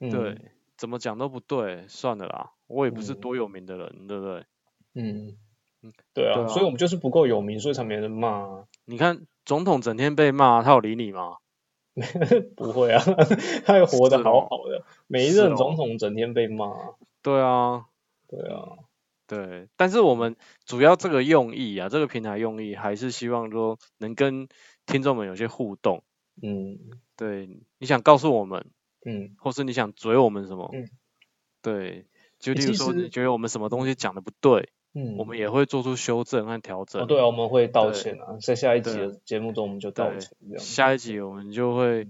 Speaker 2: 嗯，
Speaker 1: 对，怎么讲都不对，算了啦，我也不是
Speaker 2: 嗯
Speaker 1: 多有名的人，对不对？
Speaker 2: 嗯
Speaker 1: 嗯，
Speaker 2: 对
Speaker 1: 对
Speaker 2: 啊，
Speaker 1: 啊
Speaker 2: 所以我们就是不够有名，所以才没人骂、啊。
Speaker 1: 你看总统整天被骂，他有理你吗？
Speaker 2: 不会啊， *laughs* 他也活得
Speaker 1: 是
Speaker 2: 好
Speaker 1: 哦
Speaker 2: 好的，每一
Speaker 1: 是
Speaker 2: 任
Speaker 1: 哦
Speaker 2: 总统整天被骂啊、
Speaker 1: 对啊，
Speaker 2: 对啊，
Speaker 1: 对，但是我们主要这个用意啊，这个平台用意还是希望说能跟听众们有些互动。
Speaker 2: 嗯
Speaker 1: 对，你想告诉我们，
Speaker 2: 嗯
Speaker 1: 或是你想追我们什么？
Speaker 2: 嗯
Speaker 1: 对，就
Speaker 2: 欸
Speaker 1: 例如
Speaker 2: 其
Speaker 1: 说
Speaker 2: 实
Speaker 1: 你觉得我们什么东西讲的不对，
Speaker 2: 嗯，
Speaker 1: 我们也会做出修正和调整。
Speaker 2: 哦对啊，我们会道
Speaker 1: 对
Speaker 2: 歉啊，在下一集
Speaker 1: 对
Speaker 2: 的节目中我们就道
Speaker 1: 对
Speaker 2: 歉这样。
Speaker 1: 下一集我们就会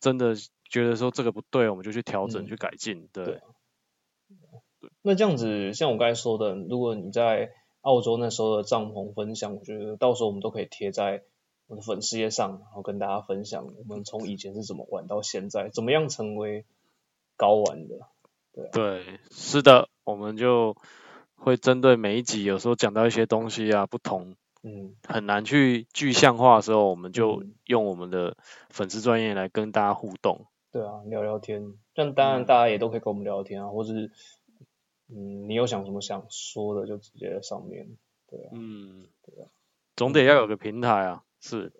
Speaker 1: 真的觉得说这个不对，我们就去调整、
Speaker 2: 嗯
Speaker 1: 去改进。对
Speaker 2: 对，那这样子，像我刚才说的，如果你在澳洲那时候的帐篷分享，我觉得到时候我们都可以贴在我的粉丝页上，然后跟大家分享我们从以前是怎么玩到现在，怎么样成为高玩的。
Speaker 1: 对，是的，我们就会针对每一集有时候讲到一些东西啊不同，
Speaker 2: 嗯，
Speaker 1: 很难去具象化的时候，我们就
Speaker 2: 嗯
Speaker 1: 用我们的粉丝专业来跟大家互动。
Speaker 2: 对啊，聊聊天。但
Speaker 1: 嗯
Speaker 2: 当然，大家也都可以跟我们聊天啊，或是嗯，你有想什么想说的，就直接在上面。
Speaker 1: 嗯，
Speaker 2: 啊
Speaker 1: 总得要有个平台啊，是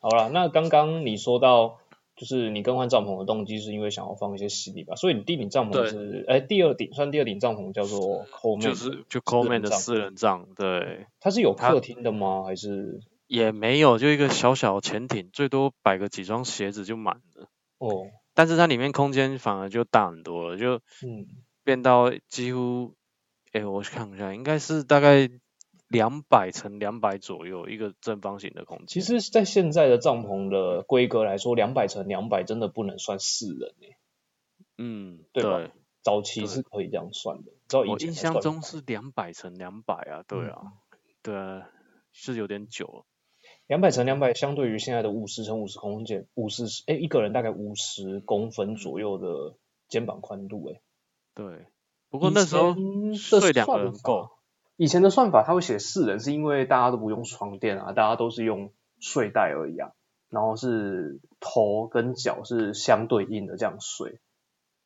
Speaker 2: 好啦，那刚刚你说到，就是你更换帐篷的动机是因为想要放一些行李吧？所以你第一顶帐
Speaker 1: 对呃
Speaker 2: 篷是，哎，第二顶算第二顶帐篷叫做 Coleman，
Speaker 1: 就是就
Speaker 2: 人
Speaker 1: Coleman 的
Speaker 2: 帐
Speaker 1: 私人帐，对，
Speaker 2: 它是有
Speaker 1: 它
Speaker 2: 客厅的吗？还是
Speaker 1: 也没有就一个小小的潜艇，最多摆个几双鞋子就满了，
Speaker 2: 哦，
Speaker 1: 但是它里面空间反而就大很多了，就
Speaker 2: 嗯，
Speaker 1: 变到几乎，哎，我看一下，应该是大概两百乘两百左右一个正方形的空间。
Speaker 2: 其实，在现在的帐篷的规格来说，两百乘两百真的不能算四人诶，
Speaker 1: 嗯，
Speaker 2: 对吧
Speaker 1: 对，
Speaker 2: 早期
Speaker 1: 对
Speaker 2: 是可以这样算的，直到以
Speaker 1: 我
Speaker 2: 前
Speaker 1: 印
Speaker 2: 才
Speaker 1: 象
Speaker 2: 算
Speaker 1: 中是两百乘两百啊，对
Speaker 2: 嗯
Speaker 1: 啊，对啊，是有点久了。
Speaker 2: 两百乘两百，相对于现在的五十乘五十空间，五十哎一个人大概五十公分左右的肩膀宽度哎诶。
Speaker 1: 对，不过那时候
Speaker 2: 以前的
Speaker 1: 睡两个人
Speaker 2: 算
Speaker 1: 够
Speaker 2: 法。以前的算法，它会写四人，是因为大家都不用床垫啊，大家都是用睡袋而已啊。然后是头跟脚是相对应的这样睡。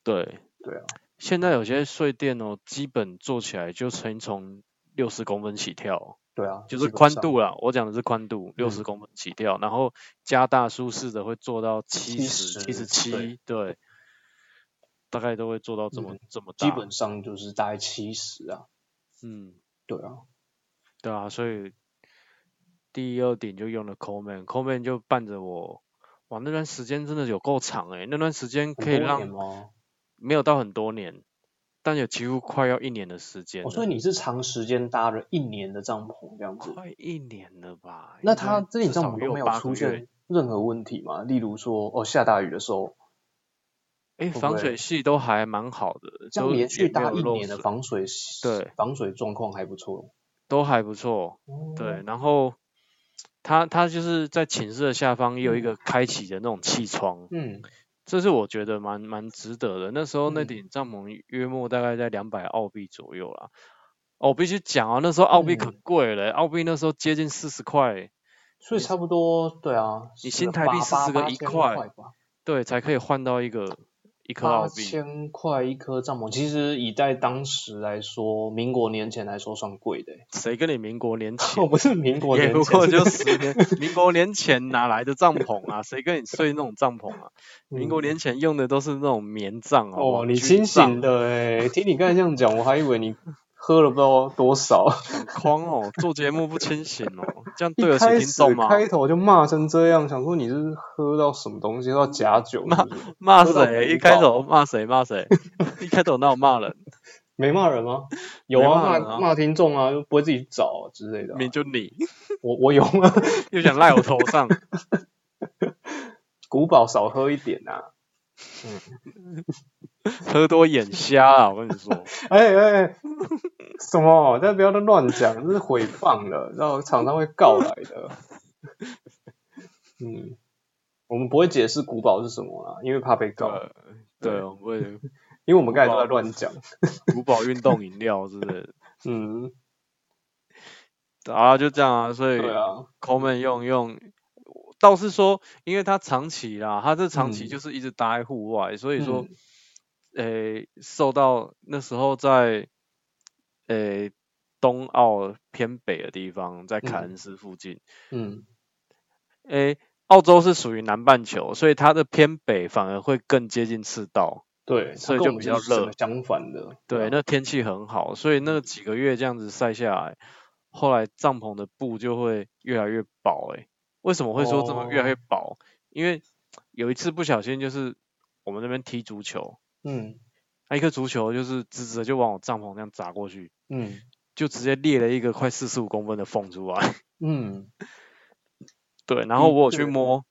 Speaker 1: 对，
Speaker 2: 对啊，
Speaker 1: 现在有些睡垫哦，基本做起来就成从六十公分起跳哦，
Speaker 2: 对啊，
Speaker 1: 就
Speaker 2: 基
Speaker 1: 是
Speaker 2: 本
Speaker 1: 宽
Speaker 2: 上
Speaker 1: 度啦，我讲的是宽度，六十
Speaker 2: 嗯
Speaker 1: 公分起跳，然后加大舒适的会做到七十、七十
Speaker 2: 70
Speaker 1: 七，对，大概都会做到这么、这么大。
Speaker 2: 嗯基本上就是大概七十啊。
Speaker 1: 嗯，
Speaker 2: 对啊，
Speaker 1: 对啊，所以第二点就用了 Coleman，Coleman 就伴着我，哇，那欸段时间真的有够长诶、那段时间
Speaker 2: 很
Speaker 1: 可以
Speaker 2: 多
Speaker 1: 让
Speaker 2: 年哦
Speaker 1: 没有到很多年，但也几乎快要一年的时间
Speaker 2: 哦，
Speaker 1: 了，
Speaker 2: 所以你是长时间搭了一年的帐篷这样子，
Speaker 1: 快一年了吧？
Speaker 2: 那
Speaker 1: 应
Speaker 2: 它
Speaker 1: 该
Speaker 2: 这顶
Speaker 1: 至
Speaker 2: 帐
Speaker 1: 少
Speaker 2: 篷
Speaker 1: 也
Speaker 2: 都没
Speaker 1: 八
Speaker 2: 出
Speaker 1: 个月
Speaker 2: 现任何问题吗？例如说，哦，下大雨的时候，
Speaker 1: 哎，
Speaker 2: 不
Speaker 1: 防
Speaker 2: 会
Speaker 1: 水系都还蛮好的，
Speaker 2: 这样
Speaker 1: 都
Speaker 2: 连续
Speaker 1: 也没
Speaker 2: 搭
Speaker 1: 有
Speaker 2: 一
Speaker 1: 漏
Speaker 2: 年的
Speaker 1: 水，
Speaker 2: 防水，
Speaker 1: 对，
Speaker 2: 防水状况还不错。
Speaker 1: 都还不错。
Speaker 2: 哦
Speaker 1: 对，，然后它它就是在寝室的下方也有一
Speaker 2: 嗯
Speaker 1: 个开启的那种气窗，
Speaker 2: 嗯，
Speaker 1: 这是我觉得蛮蛮值得的。那时候那
Speaker 2: 嗯
Speaker 1: 顶帐篷约莫大概在两百澳币左右啦。哦，我必须讲啊，那时候澳币可
Speaker 2: 嗯
Speaker 1: 贵了、澳币那时候接近四十块，
Speaker 2: 所以差不多，对啊，
Speaker 1: 你新台币
Speaker 2: 四
Speaker 1: 40个一块
Speaker 2: 块吧，
Speaker 1: 对，才可以换到一个一颗
Speaker 2: 八
Speaker 1: 澳币。
Speaker 2: 千块一颗帐篷，其实以在当时来说，民国年前来说算贵的欸。
Speaker 1: 谁跟你民国年
Speaker 2: 哦，
Speaker 1: 前？
Speaker 2: *laughs* 不是民国
Speaker 1: 也
Speaker 2: 年
Speaker 1: 不
Speaker 2: 前，
Speaker 1: 过就十
Speaker 2: *laughs*
Speaker 1: 年，民国年前哪来的帐篷啊？谁跟你睡那种帐篷啊？民国
Speaker 2: 嗯
Speaker 1: 年前用的都是那种棉帐好不好
Speaker 2: 哦，你
Speaker 1: 军
Speaker 2: 清
Speaker 1: 帐
Speaker 2: 醒的哎，听你刚才这样讲，我还以为你喝了不知道多少。
Speaker 1: 很框哦，做节目不清醒
Speaker 2: *laughs*
Speaker 1: 哦，这 *laughs* 样对
Speaker 2: 一
Speaker 1: 得起
Speaker 2: 开
Speaker 1: 听众
Speaker 2: 始
Speaker 1: 吗？
Speaker 2: 开头就骂成这样，想说你是喝到什么东西，喝到假酒是不是？
Speaker 1: 骂
Speaker 2: 喝到
Speaker 1: 谁？一
Speaker 2: 晕
Speaker 1: 开
Speaker 2: 倒
Speaker 1: 头骂谁骂
Speaker 2: *laughs*
Speaker 1: 谁，一开头那我骂人，
Speaker 2: 没骂人吗？有
Speaker 1: 没
Speaker 2: 啊，
Speaker 1: 骂
Speaker 2: 骂
Speaker 1: 人啊
Speaker 2: 骂听众啊，又不会自己找、之类的啊、
Speaker 1: 你就你
Speaker 2: 我我有吗？
Speaker 1: 又想赖我头
Speaker 2: *laughs*
Speaker 1: 上，
Speaker 2: 古堡少喝一点啊！
Speaker 1: 喝多眼瞎啊！我跟你说，
Speaker 2: 哎哎，什么？但不要再乱讲，这是诽谤的，然后厂商会告来的。嗯，我们不会解释古堡是什么啦，因为怕被告，
Speaker 1: 对对，我也
Speaker 2: 因为我们刚才都在
Speaker 1: 古堡
Speaker 2: 乱讲。
Speaker 1: 古堡运动饮料之类
Speaker 2: 嗯，
Speaker 1: 的，啊，就这样啊，所以
Speaker 2: 对啊，
Speaker 1: 抠门用用，倒是说，因为他长期啦，他这长期
Speaker 2: 嗯
Speaker 1: 就是一直待在户外，所以说
Speaker 2: 嗯，
Speaker 1: 诶、受到那时候在诶、东澳偏北的地方，在凯
Speaker 2: 嗯
Speaker 1: 恩斯附近，
Speaker 2: 嗯，
Speaker 1: 诶、澳洲是属于南半球，所以它的偏北反而会更接近赤道，
Speaker 2: 对，
Speaker 1: 所以
Speaker 2: 它
Speaker 1: 就
Speaker 2: 跟我们
Speaker 1: 比较
Speaker 2: 是整个
Speaker 1: 热
Speaker 2: 相反的。
Speaker 1: 对，
Speaker 2: 啊，
Speaker 1: 那天气很好，所以那几个月这样子晒下来，后来帐篷的布就会越来越薄、欸。为什么会说这么越来
Speaker 2: 哦
Speaker 1: 越薄？因为有一次不小心就是我们那边踢足球，
Speaker 2: 嗯
Speaker 1: 那一颗足球就是直直的就往我帐篷那样砸过去，
Speaker 2: 嗯
Speaker 1: 就直接裂了一个快四十五公分的缝出来。 *laughs*
Speaker 2: 嗯，
Speaker 1: 对，然后我有去
Speaker 2: 对
Speaker 1: 摸，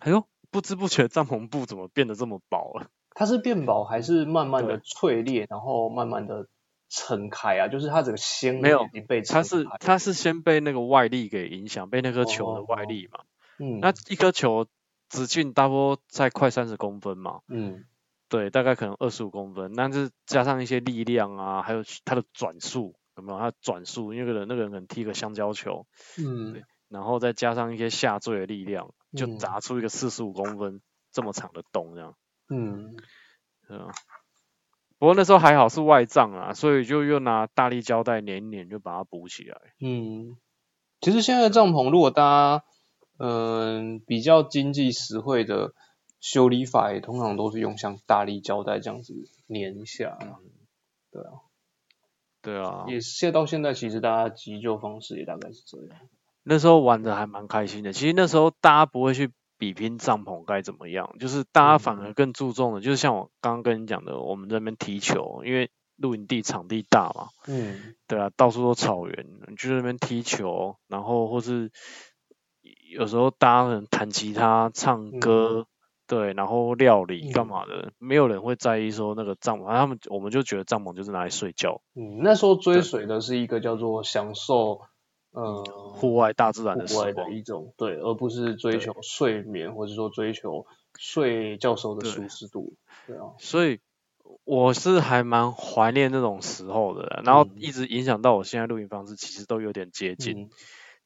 Speaker 1: 哎呦，不知不觉帐篷布怎么变得这么薄了？
Speaker 2: 它是变薄还是慢慢的
Speaker 1: 对
Speaker 2: 脆裂，然后慢慢的撑开啊？就是它整个纤
Speaker 1: 没
Speaker 2: 维
Speaker 1: 有
Speaker 2: 已经被撑
Speaker 1: 它是
Speaker 2: 开
Speaker 1: 它是先被那个外力给影响，被那颗球的外
Speaker 2: 哦
Speaker 1: 力嘛。
Speaker 2: 嗯
Speaker 1: 那一颗球直径大波在快三十公分嘛，
Speaker 2: 嗯
Speaker 1: 对，大概可能二十五公分，但是加上一些力量啊，还有去它的转速，有没有？它的转速，因为那个人那个人可能踢个香蕉球，
Speaker 2: 嗯
Speaker 1: 对然后再加上一些下坠的力量，就
Speaker 2: 嗯
Speaker 1: 砸出一个四十五公分这么长的洞，这样，
Speaker 2: 嗯
Speaker 1: 对啊。不过那时候还好是外帐啊，所以就又拿大力胶带粘一粘就把它补起来。
Speaker 2: 嗯，其实现在的帐篷如果大家嗯比较经济实惠的修理法，也通常都是用像大力胶带这样子粘一下啦。
Speaker 1: 对啊，
Speaker 2: 也现到现在，其实大家急救方式也大概是这样。
Speaker 1: 那时候玩的还蛮开心的。其实那时候大家不会去比拼帐篷该怎么样，就是大
Speaker 2: 嗯
Speaker 1: 家反而更注重的，就是像我刚刚跟你讲的，我们这边踢球，因为露营地场地大嘛，
Speaker 2: 嗯
Speaker 1: 对啊，到处都草原，你去那边踢球，然后或是有时候大家可能弹吉他、唱
Speaker 2: 嗯
Speaker 1: 歌。对，然后料理干
Speaker 2: 嗯
Speaker 1: 嘛的，没有人会在意说那个帐篷，他们我们就觉得帐篷就是拿来睡觉，
Speaker 2: 嗯，那时候追
Speaker 1: 对
Speaker 2: 随的是一个叫做享受呃
Speaker 1: 户外大自然的时
Speaker 2: 户外的
Speaker 1: 光。
Speaker 2: 一种对，而不是追
Speaker 1: 对
Speaker 2: 求睡眠，或者说追求睡觉时候的
Speaker 1: 对
Speaker 2: 舒适度。对啊，
Speaker 1: 所以我是还蛮怀念那种时候的啦，然后
Speaker 2: 嗯
Speaker 1: 一直影响到我现在录音方式，其实都有点接近。
Speaker 2: 嗯，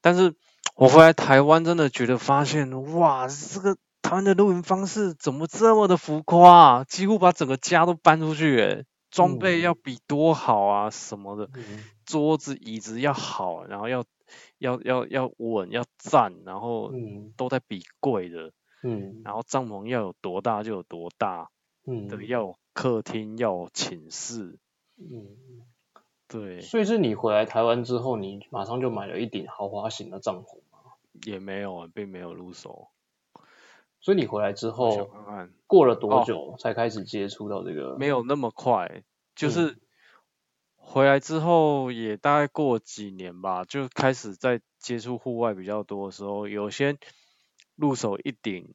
Speaker 1: 但是我回来台湾，真的觉得发现，哇，这个台湾的录音方式怎么这么的浮夸啊？几乎把整个家都搬出去、欸，装备要比多好啊什么的，
Speaker 2: 嗯
Speaker 1: 桌子椅子要好，然后要要要要稳要站，然后
Speaker 2: 嗯
Speaker 1: 都在比贵的，
Speaker 2: 嗯
Speaker 1: 然后帐篷要有多大就有多大。
Speaker 2: 嗯
Speaker 1: 对，要有客厅，要有寝室，
Speaker 2: 嗯，
Speaker 1: 对，
Speaker 2: 所以是你回来台湾之后，你马上就买了一顶豪华型的帐篷嘛？
Speaker 1: 也没有，啊并没有入手。
Speaker 2: 所以你回来之
Speaker 1: 我想
Speaker 2: 后，
Speaker 1: 看看，
Speaker 2: 过了多
Speaker 1: 哦
Speaker 2: 久才开始接触到这个？
Speaker 1: 没有那么快，就是
Speaker 2: 嗯
Speaker 1: 回来之后也大概过几年吧，就开始在接触户外比较多的时候，有些入手一顶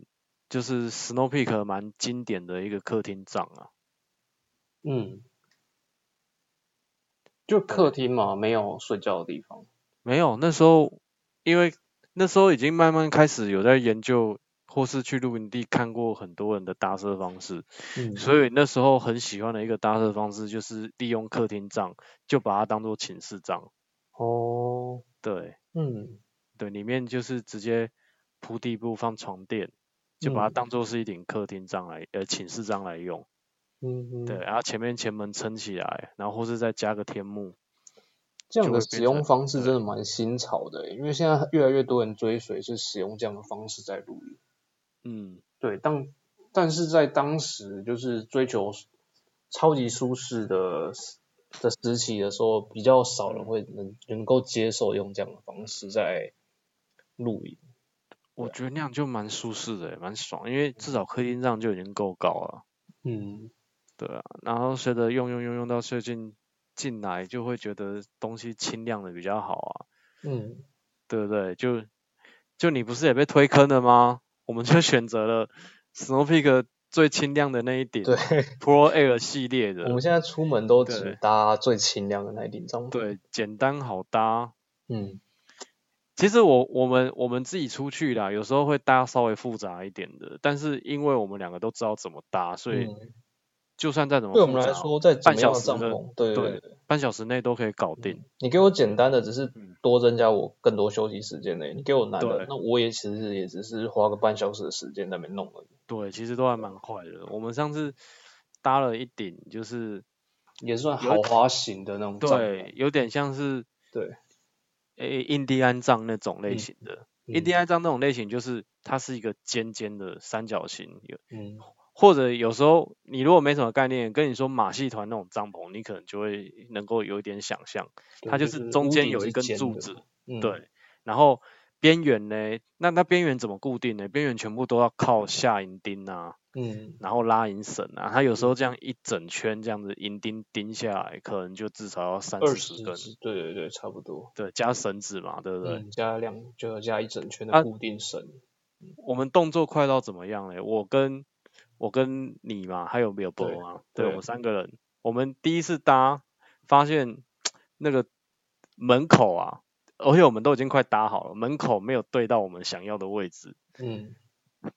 Speaker 1: 就是 Snow Peak 蛮经典的一个客厅帐啊，
Speaker 2: 嗯，就客厅嘛，没有睡觉的地方。
Speaker 1: 没有，那时候因为那时候已经慢慢开始有在研究，或是去露营地看过很多人的搭设方式，
Speaker 2: 嗯
Speaker 1: 所以那时候很喜欢的一个搭设方式就是利用客厅帐，就把它当做寝室帐。
Speaker 2: 哦，
Speaker 1: 对
Speaker 2: 嗯
Speaker 1: 对，里面就是直接铺地布放床垫，就把它
Speaker 2: 嗯
Speaker 1: 当做是一顶客厅帐来，呃，寝室帐来用。
Speaker 2: 嗯嗯，
Speaker 1: 对，，啊然后前面前门撑起来，然后或是再加个天幕。
Speaker 2: 这样
Speaker 1: 就
Speaker 2: 的
Speaker 1: 会变
Speaker 2: 使用
Speaker 1: 成
Speaker 2: 方式真的蛮新潮的欸，因为现在越来越多人追随是使用这样的方式在露营。
Speaker 1: 嗯，
Speaker 2: 对，但但是在当时就是追求超级舒适的时的时期的时候，比较少人会能能够接受用这样的方式在露营。
Speaker 1: 我觉得那样就蛮舒适的，欸蛮爽，因为至少客厅帐就已经够高了。
Speaker 2: 嗯，
Speaker 1: 对啊，然后随着用用用用到最近进来，就会觉得东西轻量的比较好啊，
Speaker 2: 嗯，
Speaker 1: 对不对？就就你不是也被推坑了吗？我们就选择了 Snow Peak 最轻量的那一顶
Speaker 2: 对，
Speaker 1: Pro Air 系列
Speaker 2: 我们
Speaker 1: 的，
Speaker 2: 现在出门都
Speaker 1: 对
Speaker 2: 只搭最轻量的那一顶帐篷。，
Speaker 1: 对，简单好搭。
Speaker 2: 嗯
Speaker 1: 其实我我们我们自己出去啦，有时候会搭稍微复杂一点的，但是因为我们两个都知道怎么搭，所以
Speaker 2: 嗯，
Speaker 1: 就算再怎么
Speaker 2: 对我们
Speaker 1: 复
Speaker 2: 来
Speaker 1: 杂
Speaker 2: 说，在怎
Speaker 1: 半
Speaker 2: 么
Speaker 1: 小
Speaker 2: 样的
Speaker 1: 时
Speaker 2: 帐
Speaker 1: 的
Speaker 2: 篷？对
Speaker 1: 对
Speaker 2: 对对，
Speaker 1: 半小时内都可以搞定。
Speaker 2: 你给我简单的，只是
Speaker 1: 嗯
Speaker 2: 多增加我更多休息时间呢、你给我难
Speaker 1: 对
Speaker 2: 的，那我也其实也只是花个半小时的时间在那边弄而已，
Speaker 1: 对，其实都还蛮快的。我们上次搭了一顶，就是
Speaker 2: 也算豪华型的那种帐篷
Speaker 1: 对，。有点像是
Speaker 2: 对
Speaker 1: 诶印第安帐那种类
Speaker 2: 嗯
Speaker 1: 型的。
Speaker 2: 嗯
Speaker 1: 印第安帐那种类型就是它是一个尖尖的三角形，有
Speaker 2: 嗯，
Speaker 1: 或者有时候你如果没什么概念，跟你说马戏团那种帐篷，你可能就会能够有一点想象，
Speaker 2: 对
Speaker 1: 它就
Speaker 2: 就是是
Speaker 1: 中
Speaker 2: 屋
Speaker 1: 间
Speaker 2: 顶
Speaker 1: 有
Speaker 2: 是
Speaker 1: 一根
Speaker 2: 尖
Speaker 1: 柱
Speaker 2: 的
Speaker 1: 子
Speaker 2: 嘛，嗯，
Speaker 1: 对，然后边缘呢，那那边缘怎么固定呢？边缘全部都要靠下银钉啊。
Speaker 2: 嗯
Speaker 1: 然后拉银绳啊，它有时候这样一整圈这样子银钉钉下来，可能就至少要三
Speaker 2: 二
Speaker 1: 四
Speaker 2: 十
Speaker 1: 十根，
Speaker 2: 只，对对对，差不多。
Speaker 1: 对，加绳子嘛，对不对？
Speaker 2: 嗯，加量就要加一整圈
Speaker 1: 啊
Speaker 2: 的固定绳。
Speaker 1: 我们动作快到怎么样嘞？我跟我跟你嘛，还有没有伯
Speaker 2: 对
Speaker 1: 嘛？对，
Speaker 2: 对
Speaker 1: 我们三个人，我们第一次搭，发现那个门口啊，而且我们都已经快搭好了，门口没有对到我们想要的位置，
Speaker 2: 嗯，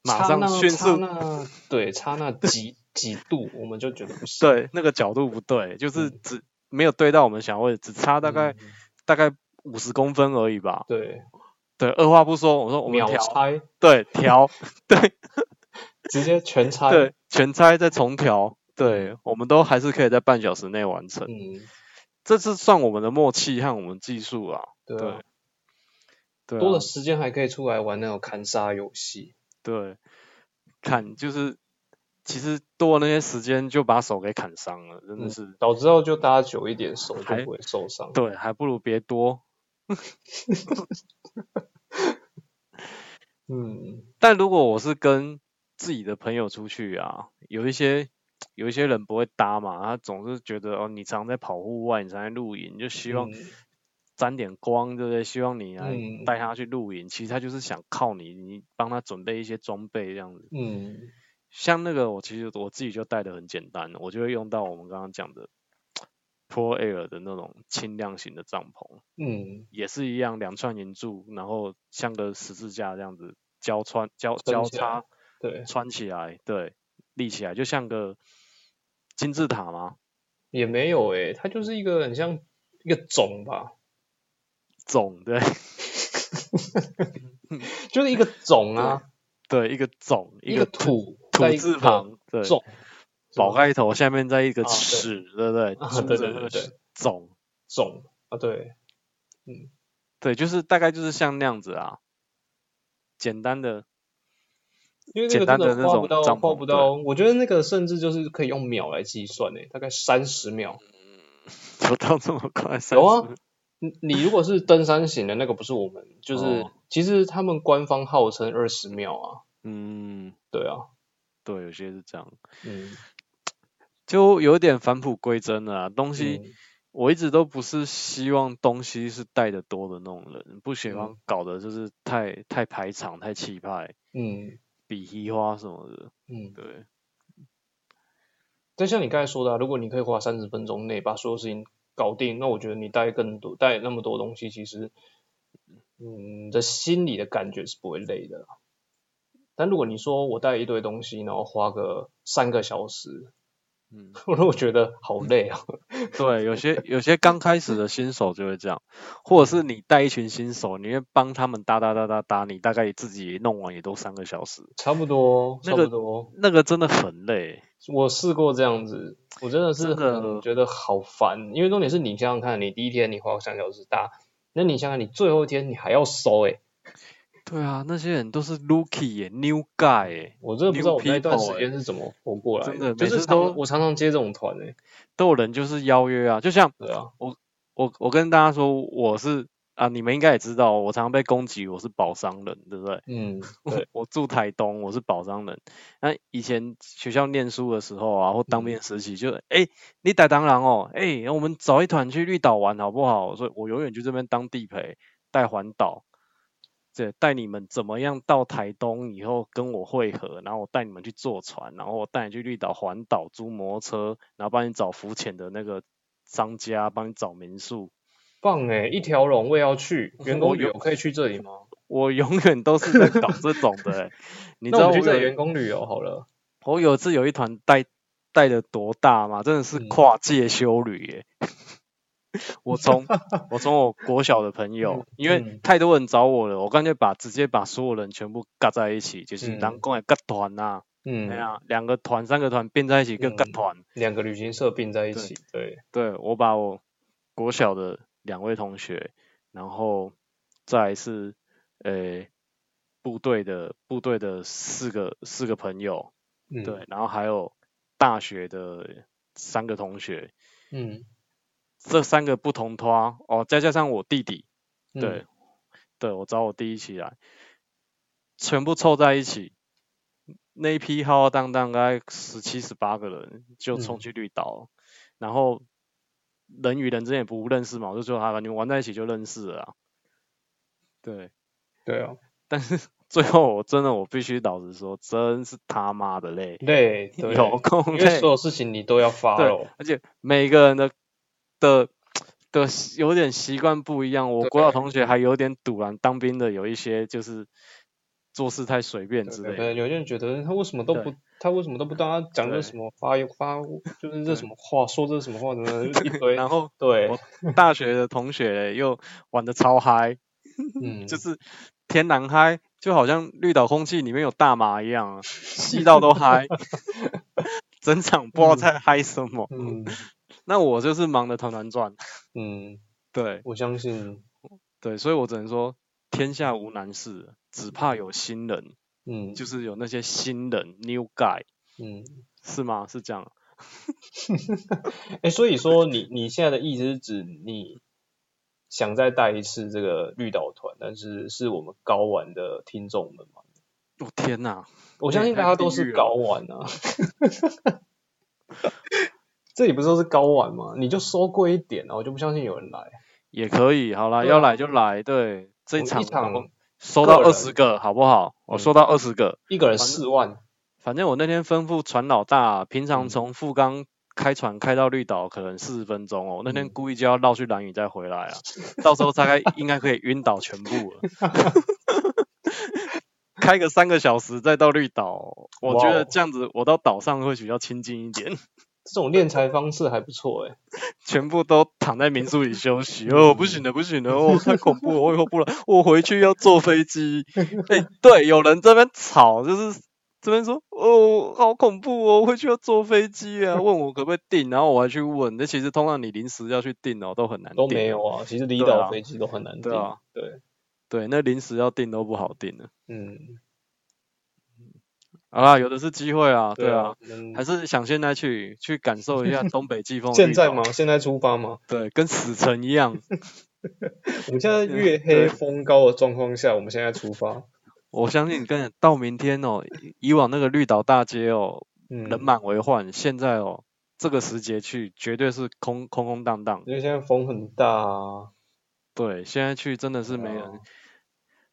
Speaker 1: 马
Speaker 2: 差
Speaker 1: 上
Speaker 2: 那
Speaker 1: 迅
Speaker 2: 差
Speaker 1: 速
Speaker 2: 那对差那几几度，我们就觉得不行。
Speaker 1: 对那个角度不对，就是
Speaker 2: 嗯
Speaker 1: 只没有对到我们想要的位置，只差大概、
Speaker 2: 嗯
Speaker 1: 大概五十公分而已吧。
Speaker 2: 对，
Speaker 1: 对，二话不说，我说我们
Speaker 2: 秒
Speaker 1: 调，
Speaker 2: 拆，
Speaker 1: 对，调，对
Speaker 2: 直接全拆。
Speaker 1: *laughs* 对，全拆再重调，对，我们都还是可以在半小时内完成。
Speaker 2: 嗯，
Speaker 1: 这是算我们的默契和我们技术啊，
Speaker 2: 对
Speaker 1: 对
Speaker 2: 啊。
Speaker 1: 对
Speaker 2: 多
Speaker 1: 啊
Speaker 2: 的，时间还可以出来玩那种砍杀游戏。
Speaker 1: 对，砍就是其实多了那些时间就把手给砍伤了，真的
Speaker 2: 嗯
Speaker 1: 是，
Speaker 2: 早知道就搭久一点，手
Speaker 1: 还
Speaker 2: 就不会受伤。
Speaker 1: 对，还不如别多。
Speaker 2: 嗯，
Speaker 1: 但如果我是跟自己的朋友出去啊，有一些有一些人不会搭嘛，他总是觉得哦，你常在跑户外，你常在露营，就希望
Speaker 2: 嗯
Speaker 1: 沾点光，对不对？希望你来
Speaker 2: 嗯
Speaker 1: 带他去露营，其实他就是想靠你，你帮他准备一些装备这样子。
Speaker 2: 嗯
Speaker 1: 像那个我其实我自己就带的很简单，我就会用到我们刚刚讲的 Pro Air 的那种轻量型的帐篷，
Speaker 2: 嗯，
Speaker 1: 也是一样两串银柱，然后像个十字架这样子交穿交
Speaker 2: 撑
Speaker 1: 交
Speaker 2: 起来
Speaker 1: 叉。
Speaker 2: 对，
Speaker 1: 穿起来，对，立起来，就像个金字塔嘛，
Speaker 2: 也没有诶、它就是一个很像一个种吧，
Speaker 1: 总对 *laughs*
Speaker 2: 就是一个种啊，
Speaker 1: 对，一个总，一
Speaker 2: 个
Speaker 1: 个
Speaker 2: 土
Speaker 1: 土
Speaker 2: 在一
Speaker 1: 字
Speaker 2: 个
Speaker 1: 旁，对，
Speaker 2: 种，
Speaker 1: 宝
Speaker 2: 盖
Speaker 1: 盖头下面再一个
Speaker 2: 啊对
Speaker 1: 齿，对不对？
Speaker 2: 啊
Speaker 1: 珠
Speaker 2: 对
Speaker 1: 子
Speaker 2: 对
Speaker 1: 那
Speaker 2: 对
Speaker 1: 个
Speaker 2: 对
Speaker 1: 齿总，
Speaker 2: 种啊，对，
Speaker 1: 对，就是大概就是像那样子啊，简单的，
Speaker 2: 因为
Speaker 1: 简
Speaker 2: 那个
Speaker 1: 单
Speaker 2: 真
Speaker 1: 的
Speaker 2: 的
Speaker 1: 那
Speaker 2: 花
Speaker 1: 种
Speaker 2: 不到
Speaker 1: 帐
Speaker 2: 花
Speaker 1: 篷
Speaker 2: 不
Speaker 1: 对
Speaker 2: 到，我觉得那个甚至就是可以用秒来计算诶、大概三十秒。
Speaker 1: 不到这么快，
Speaker 2: 有啊
Speaker 1: 30，
Speaker 2: 你你如果是登山型的那个，不是我们，就是、
Speaker 1: 哦
Speaker 2: 其实他们官方号称二十秒啊，
Speaker 1: 嗯，
Speaker 2: 对啊，
Speaker 1: 对，有些是这样，
Speaker 2: 嗯，
Speaker 1: 就有点返璞归真了啊。东西、
Speaker 2: 嗯
Speaker 1: 我一直都不是希望东西是带的多的那种人，不喜欢
Speaker 2: 嗯
Speaker 1: 搞的就是太、太排场、太气派、
Speaker 2: 嗯
Speaker 1: 比嘻花什么的。
Speaker 2: 嗯，
Speaker 1: 对，
Speaker 2: 但像你刚才说的啊、如果你可以花三十分钟内把所有事情搞定，那我觉得你带更多带那么多东西，其实，嗯，的心里的感觉是不会累的啦。啊但如果你说我带一堆东西，然后花个三个小时， *laughs*
Speaker 1: *laughs* 嗯，
Speaker 2: 我都觉得好累啊。
Speaker 1: 对，有些有些刚开始的新手就会这样，或者是你带一群新手，你会帮他们搭搭搭搭搭，你大概自己弄完也都三个小时，
Speaker 2: 差不多，
Speaker 1: *laughs* 那
Speaker 2: 差
Speaker 1: 个
Speaker 2: 不多。
Speaker 1: 那个真的很累。
Speaker 2: 我试过这样子，我真的是
Speaker 1: 真的
Speaker 2: 很觉得好烦，因为重点是你想想看，你第一天你花三个小时搭，那你想想你最后一天你还要收欸诶、
Speaker 1: 对啊，那些人都是 rookie 耶，new guy 耶，
Speaker 2: 我真的不知道我
Speaker 1: New
Speaker 2: 那段
Speaker 1: people
Speaker 2: 时间是怎么活过来
Speaker 1: 欸真的
Speaker 2: 就是
Speaker 1: 每次都
Speaker 2: 常我常常接这种团
Speaker 1: *laughs*
Speaker 2: 欸诶、
Speaker 1: 都有人就是邀约啊，就像
Speaker 2: 对啊，
Speaker 1: 我我跟大家说，我是啊，你们应该也知道，我常被攻击，我是宝山人，对不对？
Speaker 2: 嗯，
Speaker 1: 我
Speaker 2: 对，
Speaker 1: 我住台东，我是宝山人。那以前学校念书的时候啊，或当
Speaker 2: 嗯
Speaker 1: 兵时期就，哎、你逮螳螂哦，哎、我们找一团去绿岛玩好不好？所以我永远就这边当地陪，带环岛，对，带你们怎么样到台东以后跟我会合，然后我带你们去坐船，然后我带你去绿岛环岛租摩托车，然后帮你找浮潜的那个商家，帮你找民宿。
Speaker 2: 棒诶、一条龙我也要去，员工旅
Speaker 1: *laughs*
Speaker 2: 游
Speaker 1: 我
Speaker 2: 可以去这里吗？
Speaker 1: 我永远都是在搞这种的、欸， *laughs* 你知
Speaker 2: 那
Speaker 1: 道
Speaker 2: 我们去
Speaker 1: 有
Speaker 2: 这里员工旅游好了，
Speaker 1: 我有一次有一团带带的多大嘛，真的是
Speaker 2: 嗯
Speaker 1: 跨界修旅耶。 *laughs* 我
Speaker 2: *laughs*
Speaker 1: 从我从我国小的朋友，因为
Speaker 2: 嗯
Speaker 1: 太多人找我了，我干脆把直接把所有人全部尬在一起，就是
Speaker 2: 嗯
Speaker 1: 人工的尬团呐，哎
Speaker 2: 嗯，
Speaker 1: 呀，两个团、三个团并在一起跟尬
Speaker 2: 嗯
Speaker 1: 团。
Speaker 2: 两个旅行社并在一起，对，
Speaker 1: 对，我把我国小的两位同学，然后再来是呃部队的部队的四个四个朋友，
Speaker 2: 嗯，
Speaker 1: 对，，然后还有大学的三个同学，
Speaker 2: 嗯，
Speaker 1: 这三个不同拖哦，再加上我弟弟，
Speaker 2: 嗯
Speaker 1: 对，，对我找我弟一起来，全部凑在一起，那一批浩浩荡荡大概十七十八个人就冲
Speaker 2: 嗯
Speaker 1: 去绿岛了，然后人与人之间也不认识嘛，我就说啊，你们玩在一起就认识了啊、对，
Speaker 2: 对啊，
Speaker 1: 但是最后我真的我必须老实说，真是他妈的累，
Speaker 2: 累，对，
Speaker 1: *laughs* 有空
Speaker 2: 因为
Speaker 1: 累
Speaker 2: 所。有事情你都要发哦
Speaker 1: 对
Speaker 2: 了，，
Speaker 1: 而且每个人的的的习有点习惯不一样。我国小同学还有点堵然，当兵的有一些就是做事太随便之
Speaker 2: 对
Speaker 1: 类
Speaker 2: 对，
Speaker 1: 的。
Speaker 2: 有些人觉得他为什么都不，他为什么都不当他讲
Speaker 1: 对
Speaker 2: 这什么发发，就是
Speaker 1: 对
Speaker 2: 这什么话，说这什么
Speaker 1: *laughs*
Speaker 2: 话，怎么一堆，
Speaker 1: 然后
Speaker 2: 对
Speaker 1: 我，大学的同学又玩的超嗨，
Speaker 2: 嗯，
Speaker 1: 就是天然嗨，就好像绿岛空气里面有大麻一样、啊，吸到都嗨， *laughs* 整场不知道
Speaker 2: 嗯
Speaker 1: 在嗨什么。
Speaker 2: 嗯
Speaker 1: 那我就是忙得团团转， *laughs*
Speaker 2: 嗯，
Speaker 1: 对。
Speaker 2: 我相信，
Speaker 1: 对，所以我只能说，天下无难事，只怕有心人，
Speaker 2: 嗯，
Speaker 1: 就是有那些新人 new guy，
Speaker 2: 嗯，
Speaker 1: 是吗？是这样？啊
Speaker 2: 哎，所以说你你现在的意思是指你想再带一次这个绿岛团，但是是我们高玩的听众们嘛？
Speaker 1: 我、
Speaker 2: 哦
Speaker 1: 天哪！
Speaker 2: 我相信大家都是高玩啊， *laughs* 这里不是都是高玩吗？你就收贵一点啊，我就不相信有人来。
Speaker 1: 也可以，好啦，
Speaker 2: 对
Speaker 1: 要
Speaker 2: 啊
Speaker 1: 来就来，对，这
Speaker 2: 我
Speaker 1: 场
Speaker 2: 一场
Speaker 1: 我收到
Speaker 2: 个
Speaker 1: 二
Speaker 2: 人嗯
Speaker 1: 十个，好不好？我收到二十个，
Speaker 2: 一个人
Speaker 1: 反正
Speaker 2: 四万，
Speaker 1: 反正我那天吩咐船老大，啊平常
Speaker 2: 嗯
Speaker 1: 从富冈开船开到绿岛可能四十分钟哦，那天
Speaker 2: 嗯
Speaker 1: 故意就要绕去蓝屿再回来啊， *laughs* 到时候大概应该可以晕倒全部了。 *laughs* 开个三个小时再到绿岛，我觉
Speaker 2: 哇
Speaker 1: 得
Speaker 2: 哦
Speaker 1: 这样子我到岛上会比较亲近一点，
Speaker 2: 这种练财方式还不错哎、
Speaker 1: 全部都躺在民宿里休
Speaker 2: *laughs*
Speaker 1: 息。哦，不行了，不行了，哦，太恐怖了，我以后不来，我回去要坐飞
Speaker 2: *laughs*
Speaker 1: 机。哎、对，有人这边吵，就是这边说，哦，好恐怖哦，我回去要坐飞机
Speaker 2: *laughs*
Speaker 1: 啊，问我可不可以订，然后我还去问，那其实通常你临时要去订哦，都很难订，
Speaker 2: 都没有啊。其实离
Speaker 1: 对啊
Speaker 2: 岛飞机都很难订，
Speaker 1: 对啊，
Speaker 2: 对，
Speaker 1: 对，那临时要订都不好订的。
Speaker 2: 嗯，
Speaker 1: 好啦，有的是机会啊，对啊
Speaker 2: 啊，，嗯
Speaker 1: 还是想现在去去感受一下东北季
Speaker 2: *laughs*
Speaker 1: 风的
Speaker 2: 现
Speaker 1: 绿
Speaker 2: 在
Speaker 1: 岛
Speaker 2: 吗？现在出发吗？
Speaker 1: 对，跟死城一样。
Speaker 2: 我们现在月黑风高的状况下，我们现在出发，
Speaker 1: 我相信跟你到明天哦，以往那个绿岛大街哦，
Speaker 2: 嗯，
Speaker 1: 人满为患，现在哦，这个时节去绝对是空空空荡荡。
Speaker 2: 因为现在风很大啊，
Speaker 1: 对，现在去真的是没人
Speaker 2: 哦。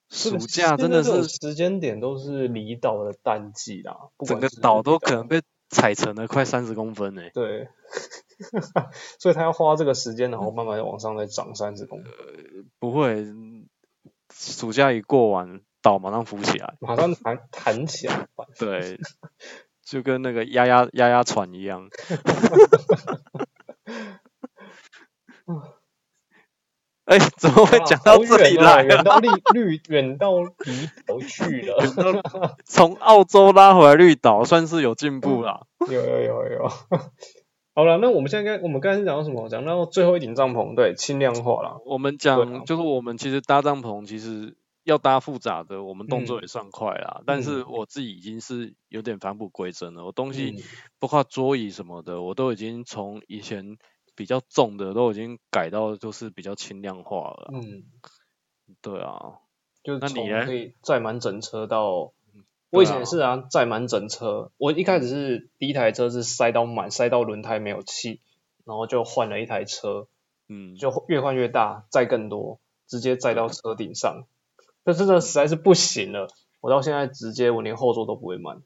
Speaker 2: 这
Speaker 1: 暑
Speaker 2: 个
Speaker 1: 假
Speaker 2: 现
Speaker 1: 真
Speaker 2: 在
Speaker 1: 的
Speaker 2: 这种
Speaker 1: 是
Speaker 2: 时间点都是离岛的淡季啦，不
Speaker 1: 整
Speaker 2: 管
Speaker 1: 个
Speaker 2: 是
Speaker 1: 岛
Speaker 2: 离
Speaker 1: 都可能被踩成了快三十公分呢、
Speaker 2: 对， *laughs* 所以他要花这个时间，然后慢慢地往上再涨三十公分，
Speaker 1: 不会，嗯暑假一过完，岛马上浮起来。
Speaker 2: 马上弹弹起来，
Speaker 1: *laughs*
Speaker 2: 反 *laughs*
Speaker 1: 对，就跟那个压压压压船一样。 *laughs* 哎、怎么会
Speaker 2: 哇
Speaker 1: 讲到
Speaker 2: 好
Speaker 1: 这里
Speaker 2: 远哦
Speaker 1: 来啊
Speaker 2: 远
Speaker 1: 了？
Speaker 2: 到绿绿，远到离岛去了。
Speaker 1: 从澳洲拉回来绿岛，算是有进步啦。
Speaker 2: 有有有有。好了，那我们现在该我们刚才是讲到什么？讲到最后一顶帐篷，对，轻量化啦。
Speaker 1: 我们
Speaker 2: 啊
Speaker 1: 讲就是我们其实搭帐篷，其实要搭复杂的，我们动作
Speaker 2: 嗯
Speaker 1: 也算快啦。但是我自己已经是有点返璞归真了，我东西
Speaker 2: 嗯，
Speaker 1: 包括桌椅什么的，我都已经从以前比较重的都已经改到就是比较轻量化了。
Speaker 2: 嗯，
Speaker 1: 对啊，
Speaker 2: 就是
Speaker 1: 那你嗯
Speaker 2: 从
Speaker 1: 嘞
Speaker 2: 可以载满整车到，我以前也是啊，载满整车。我一开始是第一台车是塞到满，塞到轮胎没有气，然后就换了一台车，
Speaker 1: 嗯，
Speaker 2: 就越换越大，载更多，直接载到车顶上。但真的实在是不行了，我到现在直接我连后座都不会满。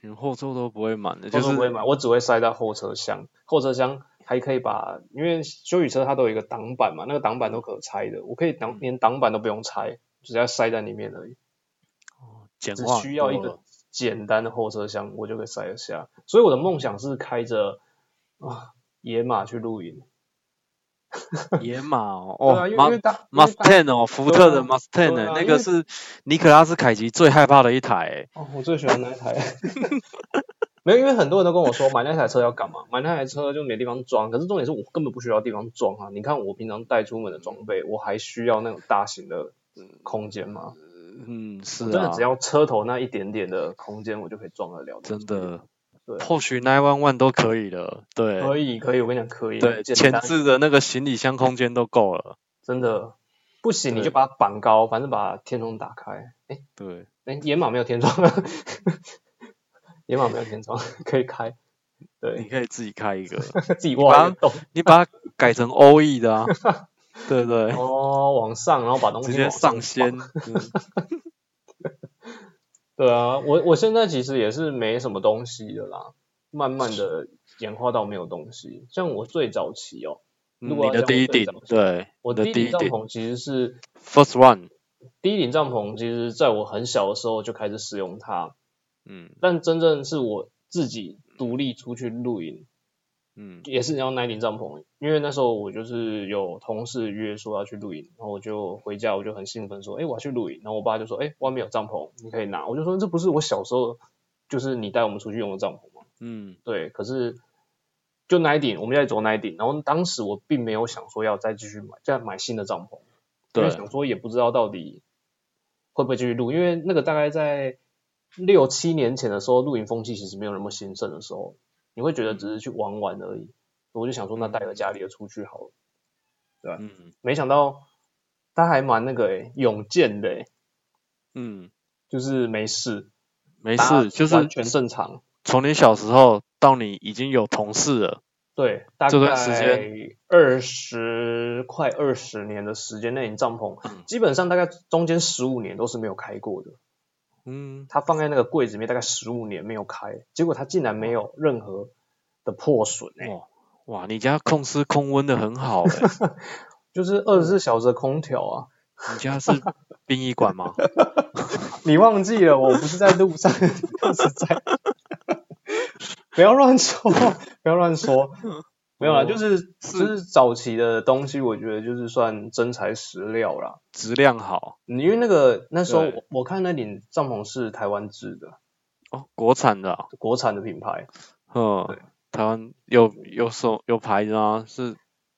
Speaker 1: 连后座都不会满的，
Speaker 2: 我
Speaker 1: 就
Speaker 2: 都
Speaker 1: 是
Speaker 2: 不会买，我只会塞到后车厢。后车厢还可以把，因为修理车它都有一个挡板嘛，那个挡板都可拆的，我可以
Speaker 1: 嗯
Speaker 2: 挡连挡板都不用拆，只要塞在里面而已，
Speaker 1: 哦简
Speaker 2: 只
Speaker 1: 化
Speaker 2: 需
Speaker 1: 很
Speaker 2: 要
Speaker 1: 多
Speaker 2: 一个
Speaker 1: 了
Speaker 2: 简单的后车厢，我就可以塞得下。所以我的梦想是开着啊野马去露营。
Speaker 1: 野马哦，
Speaker 2: *laughs* 对
Speaker 1: 哦
Speaker 2: 啊，因为因
Speaker 1: 马
Speaker 2: 为大因为大
Speaker 1: Mustang 哦，福特的
Speaker 2: 对啊
Speaker 1: Mustang
Speaker 2: 对啊
Speaker 1: 欸那
Speaker 2: 因
Speaker 1: 个
Speaker 2: 为
Speaker 1: 是尼可拉斯凯奇最害怕的一台欸，
Speaker 2: 哦，我最喜欢那一台。 *laughs* 没有，因为很多人都跟我说买那台车要干嘛？买那台车就没地方装。可是重点是我根本不需要地方装啊！你看我平常带出门的装备，我还需要那种大型的空间吗？
Speaker 1: 嗯，是
Speaker 2: 我真的
Speaker 1: 啊
Speaker 2: 只，要车头那一点点的空间，我就可以装得了东
Speaker 1: 真
Speaker 2: 西。
Speaker 1: 的，
Speaker 2: 对
Speaker 1: 或许 nine one one 都可以了，对
Speaker 2: 可以，可以，我跟你讲可以。
Speaker 1: 对，
Speaker 2: 简
Speaker 1: 前
Speaker 2: 单，
Speaker 1: 置的那个行李箱空间都够了，
Speaker 2: 真的不行你
Speaker 1: 对
Speaker 2: 就把它绑高，反正把天窗打开。哎
Speaker 1: 对，
Speaker 2: 哎，诶野马没有天窗， *laughs* 野马没有天窗， *laughs* 可以开。
Speaker 1: 你
Speaker 2: 对，
Speaker 1: 可以自己开一个，
Speaker 2: 自己挖一个洞。
Speaker 1: 你把它改成 O E 的啊，对不对？
Speaker 2: 哦，往上，然后把东西
Speaker 1: 直接
Speaker 2: 往上
Speaker 1: 上
Speaker 2: 绑
Speaker 1: 仙，嗯
Speaker 2: 对啊，我我现在其实也是没什么东西的啦，慢慢的演化到没有东西。像我最早期哦， *laughs* 如
Speaker 1: 嗯你
Speaker 2: 果要
Speaker 1: 的
Speaker 2: 这样
Speaker 1: 第一
Speaker 2: 对
Speaker 1: 顶
Speaker 2: 照，起
Speaker 1: 对，
Speaker 2: 我
Speaker 1: 你的
Speaker 2: 第
Speaker 1: 第
Speaker 2: 一顶
Speaker 1: 一
Speaker 2: 帐
Speaker 1: 顶
Speaker 2: 篷其实是
Speaker 1: ，first one，
Speaker 2: 第一顶帐篷，其实在我很小的时候就开始使用它，
Speaker 1: 嗯
Speaker 2: 但真正是我自己独立出去露营，
Speaker 1: 嗯
Speaker 2: 也是要那一顶帐篷，因为那时候我就是有同事约说要去露营，然后我就回家，我就很兴奋说，哎、我要去露营，然后我爸就说，哎、外面有帐篷，你可以拿，我就说这不是我小时候就是你带我们出去用的帐篷吗？
Speaker 1: 嗯
Speaker 2: 对，可是就那一顶，我们在走那一顶，然后当时我并没有想说要再继续买，再买新的帐篷，因为
Speaker 1: 对
Speaker 2: 想说也不知道到底会不会继续录，因为那个大概在六七年前的时候，露营风气其实没有那么兴盛的时候，你会觉得只是去玩玩而已，我就想说那带个家里的出去好了，
Speaker 1: 嗯
Speaker 2: 没想到他还蛮那个诶、勇健的、诶，
Speaker 1: 嗯，
Speaker 2: 就是没事，
Speaker 1: 没
Speaker 2: 没
Speaker 1: 事，就是
Speaker 2: 完全正常，
Speaker 1: 从你小时候到你已经有同事了，
Speaker 2: 对，大
Speaker 1: 这段时间
Speaker 2: 概二十快二十年的时间内，你帐篷
Speaker 1: 嗯
Speaker 2: 基本上大概中间十五年都是没有开过的。
Speaker 1: 嗯，
Speaker 2: 它放在那个柜子里面大概十五年没有开，结果它竟然没有任何的破损哎、
Speaker 1: 哇哇，你家控湿控温的很好哎、
Speaker 2: 就是二十四小时的空调啊！
Speaker 1: 你家
Speaker 2: *laughs*
Speaker 1: 是殡仪馆吗？
Speaker 2: 你忘记了，我不是在路上， *laughs* 我是在，不要乱说，不要乱说，没有啦，
Speaker 1: 哦
Speaker 2: 就是就是早期的东西，我觉得就是算真材实料啦。
Speaker 1: 质量好
Speaker 2: 嗯因为那个那时候
Speaker 1: 对
Speaker 2: 我我看那顶帐篷是台湾制的，
Speaker 1: 哦，国产的、啊，
Speaker 2: 国产的品牌，对
Speaker 1: 嗯，台湾有有手有牌子吗？是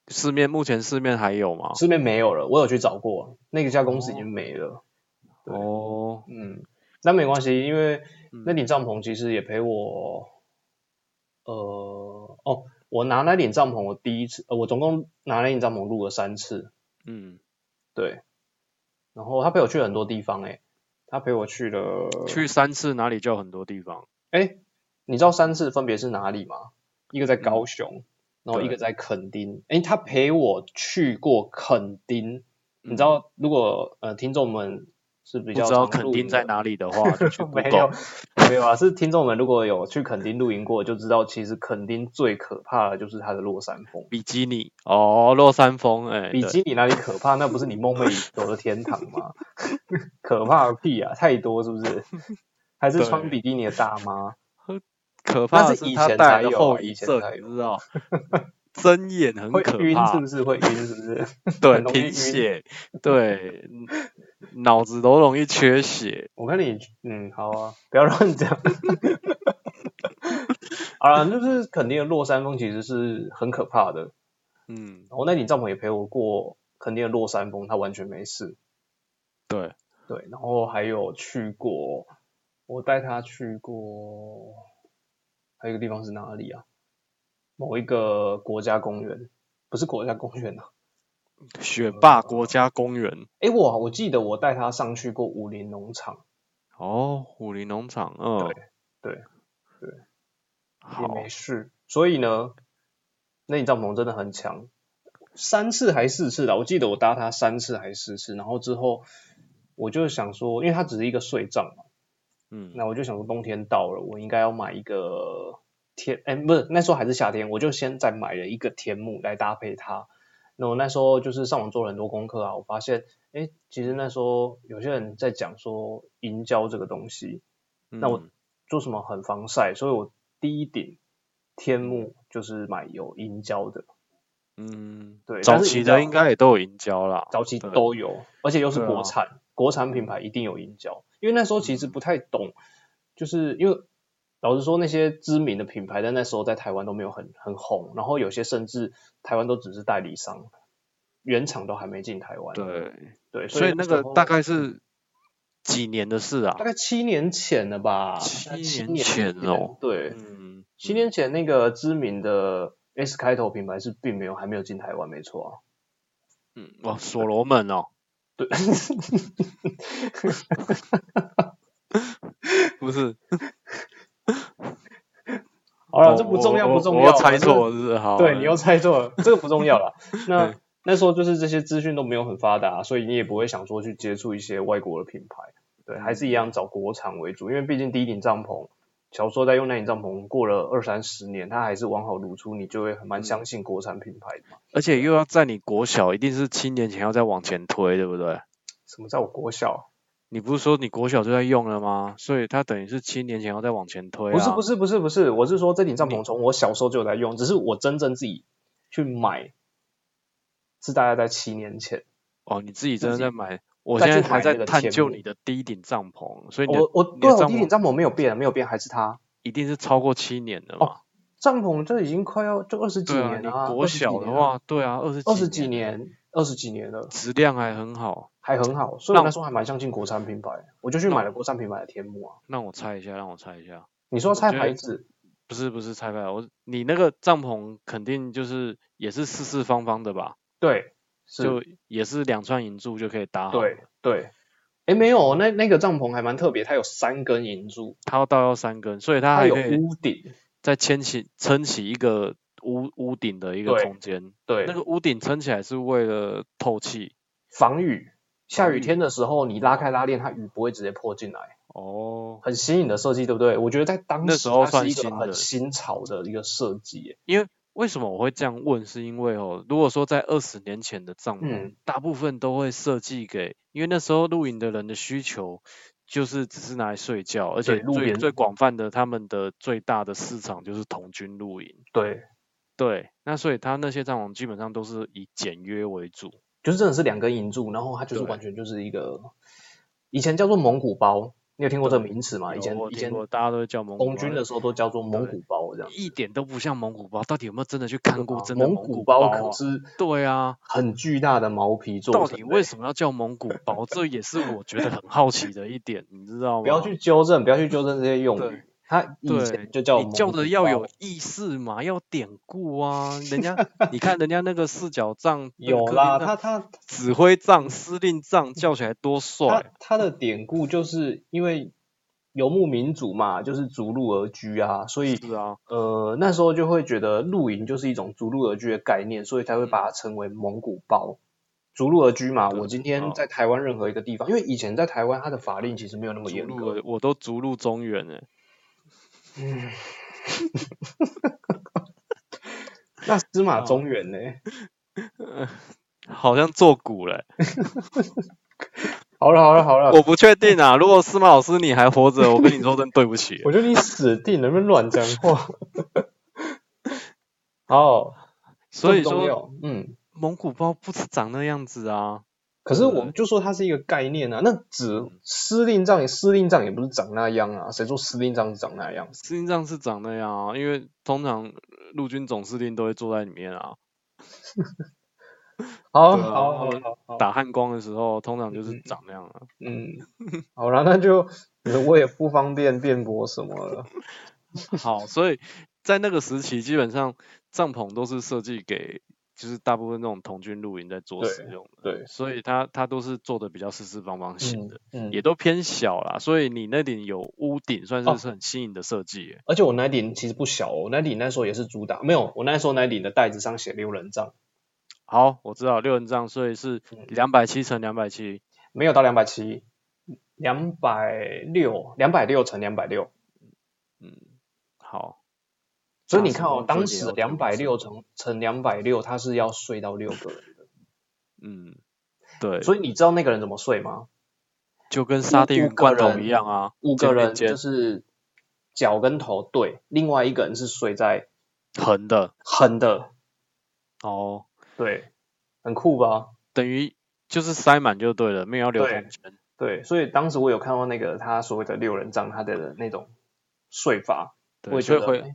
Speaker 1: 市面目前市面还有吗？
Speaker 2: 这边没有了，我有去找过，那个家公司已经没了。对
Speaker 1: 哦，
Speaker 2: 嗯，那没关系，因为
Speaker 1: 嗯
Speaker 2: 那顶帐篷其实也陪我，呃，哦，我拿那顶帐篷，我第一次，呃，我总共拿那顶帐篷录了三次，
Speaker 1: 嗯，
Speaker 2: 对，然后他陪我去了很多地方、欸，诶，他陪我去了，
Speaker 1: 去三次哪里就有很多地方。
Speaker 2: 哎，你知道三次分别是哪里吗？一个在高雄，然后一
Speaker 1: 嗯对
Speaker 2: 个在垦丁。诶，他陪我去过垦丁，你
Speaker 1: 嗯
Speaker 2: 知道，如果呃听众们是
Speaker 1: 不
Speaker 2: 比较
Speaker 1: 知道
Speaker 2: 常
Speaker 1: 肯
Speaker 2: 露
Speaker 1: 定
Speaker 2: 营
Speaker 1: 在
Speaker 2: 的
Speaker 1: 哪里的话，就去
Speaker 2: *laughs* 没
Speaker 1: Google
Speaker 2: 有。没有啊，是听众们如果有去垦丁露营过，就知道其实垦丁最可怕的就是它的落山风。
Speaker 1: 比基尼哦，落山风哎，
Speaker 2: 比
Speaker 1: 对
Speaker 2: 基尼哪里可怕？那不是你梦寐以求的天堂吗？ *laughs* 可怕个屁啊！太多是不
Speaker 1: *laughs*
Speaker 2: 是？还是穿
Speaker 1: 对
Speaker 2: 比基尼的大妈？
Speaker 1: 可怕的
Speaker 2: 是以
Speaker 1: 它
Speaker 2: 前
Speaker 1: 带来
Speaker 2: 才
Speaker 1: 的
Speaker 2: 有
Speaker 1: 后
Speaker 2: 啊以
Speaker 1: 遗
Speaker 2: 前
Speaker 1: 症
Speaker 2: 才，
Speaker 1: 你知道？ *laughs* 睁眼很
Speaker 2: 会
Speaker 1: 可
Speaker 2: 晕是
Speaker 1: 怕啊
Speaker 2: 不，是？会晕是不是？
Speaker 1: 对
Speaker 2: 很，容易
Speaker 1: 贫
Speaker 2: 晕
Speaker 1: 血，对，嗯脑子都容易缺血。
Speaker 2: 我看你，嗯，好啊，不要乱讲。 *laughs* 好啦，就是肯定的落山风其实是很可怕的。
Speaker 1: 嗯，
Speaker 2: 我那顶帐篷也陪我过肯定的落山风，它完全没事。
Speaker 1: 对，
Speaker 2: 对，然后还有去过，我带他去过，还有一个地方是哪里啊？某一个国家公园，不是国家公园啊。
Speaker 1: 雪霸国家公园
Speaker 2: 诶，我我记得我带他上去过武林农场，
Speaker 1: 哦，虎林农场，嗯，
Speaker 2: 对对也
Speaker 1: 好，
Speaker 2: 没事。所以呢，那顶帐篷真的很强，三次还四次的，我记得我搭他三次还四次，然后之后我就想说，因为它只是一个睡帐嘛，
Speaker 1: 嗯，
Speaker 2: 那我就想说冬天到了，我应该要买一个天，哎，不是那时候还是夏天，我就先再买了一个天幕来搭配它。那我那时候就是上网做了很多功课啊，我发现，哎，其实那时候有些人在讲说银胶这个东西，那我
Speaker 1: 嗯
Speaker 2: 做什么很防晒，所以我第一顶天幕就是买有银胶的，
Speaker 1: 嗯，
Speaker 2: 对
Speaker 1: 早
Speaker 2: 但是
Speaker 1: 期
Speaker 2: 银胶
Speaker 1: 的应该也都有银胶啦，
Speaker 2: 早期
Speaker 1: 对
Speaker 2: 都有，而且又是
Speaker 1: 对啊
Speaker 2: 国产，国产品牌一定有银胶。因为那时候其实不太懂，就是因为老实说，那些知名的品牌在那时候在台湾都没有很很红，然后有些甚至台湾都只是代理商，原厂都还没进台湾。
Speaker 1: 对，
Speaker 2: 对，
Speaker 1: 所以那个
Speaker 2: 时候嗯
Speaker 1: 大概是几年的事啊
Speaker 2: 大？概七年前了吧，
Speaker 1: 七
Speaker 2: 大概
Speaker 1: 年前哦
Speaker 2: 对，
Speaker 1: 嗯，
Speaker 2: 七年前那个知名的 S 开头品牌是并没有还没有进台湾，没错啊。
Speaker 1: 嗯，哇，所罗门哦，
Speaker 2: 对， *laughs*
Speaker 1: 不是，
Speaker 2: 好了，
Speaker 1: 哦
Speaker 2: 这不重要，
Speaker 1: 我
Speaker 2: 不重
Speaker 1: 我
Speaker 2: 要。
Speaker 1: 我猜
Speaker 2: 反正
Speaker 1: 错了是不是好，
Speaker 2: *laughs* 对你又猜
Speaker 1: *laughs*
Speaker 2: 错了，这个不重要了。那
Speaker 1: 嗯
Speaker 2: 那时候就是这些资讯都没有很发达，啊所以你也不会想说去接触一些外国的品牌，对，还
Speaker 1: 嗯
Speaker 2: 是一样找国产为主，因为毕竟第一顶帐篷，小时候在用那顶帐篷过了二三十年，它还是完好如初，你就会很蛮相信国产品牌的嘛。
Speaker 1: 而且又要在你国小，一定是七年前要再往前推，对不对？
Speaker 2: 什么叫我国小？
Speaker 1: 你不是说你国小就在用了吗？所以它等于是七年前要再往前推啊。
Speaker 2: 不是不
Speaker 1: 是，
Speaker 2: 是不是不是，我是说这顶帐篷从我小时候就有在用，只是我真正自己去买是大概在七年前。
Speaker 1: 哦，你自己真的
Speaker 2: 自己
Speaker 1: 在买，我
Speaker 2: 再
Speaker 1: 现
Speaker 2: 去
Speaker 1: 在还
Speaker 2: 买
Speaker 1: 在
Speaker 2: 那个
Speaker 1: 探
Speaker 2: 天
Speaker 1: 究
Speaker 2: 幕
Speaker 1: 你的第一顶帐篷，所以你的
Speaker 2: 我我
Speaker 1: 你
Speaker 2: 对啊我
Speaker 1: 帐
Speaker 2: 第一顶
Speaker 1: 篷
Speaker 2: 帐篷没有变，没有变，还是它。
Speaker 1: 一定是超过七年的嘛？
Speaker 2: 帐篷这已经快要就二十哦几
Speaker 1: 对啊，
Speaker 2: 年
Speaker 1: 你
Speaker 2: 了、啊，
Speaker 1: 国小的话，对啊，二十
Speaker 2: 二十几
Speaker 1: 年，
Speaker 2: 年，二十几年了，
Speaker 1: 质量还很好。
Speaker 2: 还很好，所以我那时候还蛮相信国产品牌，我就去买了国产品牌的天幕啊。
Speaker 1: 让我猜一下，让我猜一下，
Speaker 2: 你说猜
Speaker 1: 我觉得
Speaker 2: 牌子，
Speaker 1: 不是不是拆开来，我你那个帐篷肯定就是也是四四方方的吧？
Speaker 2: 对，是，
Speaker 1: 就也是两串银柱就可以搭好。
Speaker 2: 对，对。诶，没有，哦那那个帐篷还蛮特别，它有三根银柱，
Speaker 1: 它要到要三根，所以它
Speaker 2: 它
Speaker 1: 还
Speaker 2: 有
Speaker 1: 可以
Speaker 2: 屋顶，
Speaker 1: 再牵起撑起一个屋屋顶的一个
Speaker 2: 对
Speaker 1: 空间。
Speaker 2: 对，
Speaker 1: 那个屋顶撑起来是为了透气
Speaker 2: 防雨。下
Speaker 1: 防
Speaker 2: 雨
Speaker 1: 雨
Speaker 2: 天的时候，你拉开拉链，它雨不会直接泼进来，
Speaker 1: 哦，
Speaker 2: 很新颖的设计，对不对？我觉得在当时
Speaker 1: 那时候
Speaker 2: 它是一
Speaker 1: 算新
Speaker 2: 个很
Speaker 1: 的
Speaker 2: 新潮的一个设计耶。
Speaker 1: 为什么我会这样问？是因为哦，如果说在二十年前的帐篷，
Speaker 2: 嗯
Speaker 1: 大部分都会设计给，因为那时候露营的人的需求就是只是拿来睡觉，而
Speaker 2: 对
Speaker 1: 且
Speaker 2: 露
Speaker 1: 最
Speaker 2: 营
Speaker 1: 最广泛的他们的最大的市场就是童军露营。
Speaker 2: 对，
Speaker 1: 对，那所以他那些帐篷基本上都是以简约为主。
Speaker 2: 就是真的是两根银柱，然后它就是
Speaker 1: 对
Speaker 2: 完全就是一个以前叫做蒙古包，你有听过这个名词啊吗？以
Speaker 1: 有
Speaker 2: 前
Speaker 1: 我
Speaker 2: 以
Speaker 1: 听
Speaker 2: 前
Speaker 1: 过大家都会叫蒙古
Speaker 2: 红军
Speaker 1: 包
Speaker 2: 的时候都叫做蒙古包这样。
Speaker 1: 一点都不像蒙古包，到底有没有真的去看过真的
Speaker 2: 蒙
Speaker 1: 古
Speaker 2: 包
Speaker 1: 啊
Speaker 2: 可是
Speaker 1: 对啊，
Speaker 2: 很巨大的毛皮做
Speaker 1: 到
Speaker 2: 成
Speaker 1: 底
Speaker 2: 的
Speaker 1: 为什么要叫蒙古包？这也是我觉得很好奇的一点，你知道吗？
Speaker 2: 不要去纠正，不要去纠正这些用
Speaker 1: 啊对
Speaker 2: 语。它以
Speaker 1: 对
Speaker 2: 前就叫
Speaker 1: 你叫
Speaker 2: 蒙古
Speaker 1: 的要有
Speaker 2: 包
Speaker 1: 意识嘛，要典故啊。人家你看人家那个四角帐，那个
Speaker 2: 有
Speaker 1: 客
Speaker 2: 啦，
Speaker 1: 厅
Speaker 2: 它
Speaker 1: 帐
Speaker 2: 它
Speaker 1: 指挥帐、司令帐叫起来多
Speaker 2: 它
Speaker 1: 帅。啊
Speaker 2: 它的典故就是因为游牧民族嘛，就是逐鹿而居啊，所以
Speaker 1: 是啊，
Speaker 2: 呃那时候就会觉得露营就是一种逐鹿而居的概念，所以才会把它称为蒙古包。逐鹿而居嘛，
Speaker 1: 嗯对
Speaker 2: 我今
Speaker 1: 哦
Speaker 2: 天在台湾任何一个地方，因为以前在台湾它的法令其实没有那么
Speaker 1: 逐
Speaker 2: 严
Speaker 1: 鹿
Speaker 2: 格，
Speaker 1: 了，我都逐鹿中原了。
Speaker 2: 那司
Speaker 1: 啊
Speaker 2: 马中原呢、
Speaker 1: 好像做古了欸、
Speaker 2: 好了好了好了，
Speaker 1: 我不确定啊。如果司马老师你还活着，我跟你说声对不起。
Speaker 2: 我觉得你死定了，能不能乱讲话？ *laughs* 好，
Speaker 1: 所以
Speaker 2: 这么重
Speaker 1: 说
Speaker 2: 要，嗯，
Speaker 1: 蒙古包不是长那样子啊，
Speaker 2: 可是
Speaker 1: 对
Speaker 2: 我们就说它是一个概念啊，那指司令帐，司令帐也不是长那样啊，谁说司令帐是长那样？
Speaker 1: 实际上是长那样啊，因为通常陆军总司令都会坐在里面啊。
Speaker 2: 好，
Speaker 1: 对啊
Speaker 2: 好，好，好，好，
Speaker 1: 打汉光的时候，通常就是长那样啊。
Speaker 2: 嗯，好了，那就我也不方便辩驳什么了。
Speaker 1: 好，所以在那个时期，基本上帐篷都是设计给就是大部分那种童军露营在做
Speaker 2: 对
Speaker 1: 使用的，
Speaker 2: 对，
Speaker 1: 所以它它都是做的比较四四方方形的。
Speaker 2: 嗯，
Speaker 1: 也都偏小啦，所以你那顶有屋顶算
Speaker 2: 哦
Speaker 1: 是是很新颖的设计耶、
Speaker 2: 而且我那顶其实不小哦，我那顶那时候也是主打，没有，我那时候那顶的袋子上写六人帐，
Speaker 1: 好，我知道六人帐，所以是
Speaker 2: 嗯
Speaker 1: 两百七乘两百七，
Speaker 2: 没有到两百七，两百六，两百六乘两百六。
Speaker 1: 好，
Speaker 2: 所以你看哦，
Speaker 1: 大
Speaker 2: 当
Speaker 1: 时
Speaker 2: 时
Speaker 1: 光
Speaker 2: 两百
Speaker 1: 分解
Speaker 2: 六乘乘两百六，它是要睡到六个人
Speaker 1: 嗯，对
Speaker 2: 的。，所以你知道那个人怎么睡吗？
Speaker 1: 就跟沙丁鱼罐
Speaker 2: 五个
Speaker 1: 头
Speaker 2: 人
Speaker 1: 一样啊，
Speaker 2: 五个人
Speaker 1: 肩并肩
Speaker 2: 就是脚跟头对，另外一个人是睡在
Speaker 1: 横的
Speaker 2: 横的，
Speaker 1: 哦，
Speaker 2: 对，很酷吧？
Speaker 1: 等于就是塞满就对了，没有要留
Speaker 2: 对
Speaker 1: 空间。
Speaker 2: 对，所以当时我有看到那个他所谓的六人帐，他的那种睡法，我
Speaker 1: 对，
Speaker 2: 也
Speaker 1: 所
Speaker 2: 觉
Speaker 1: 以
Speaker 2: 得
Speaker 1: 回
Speaker 2: 哎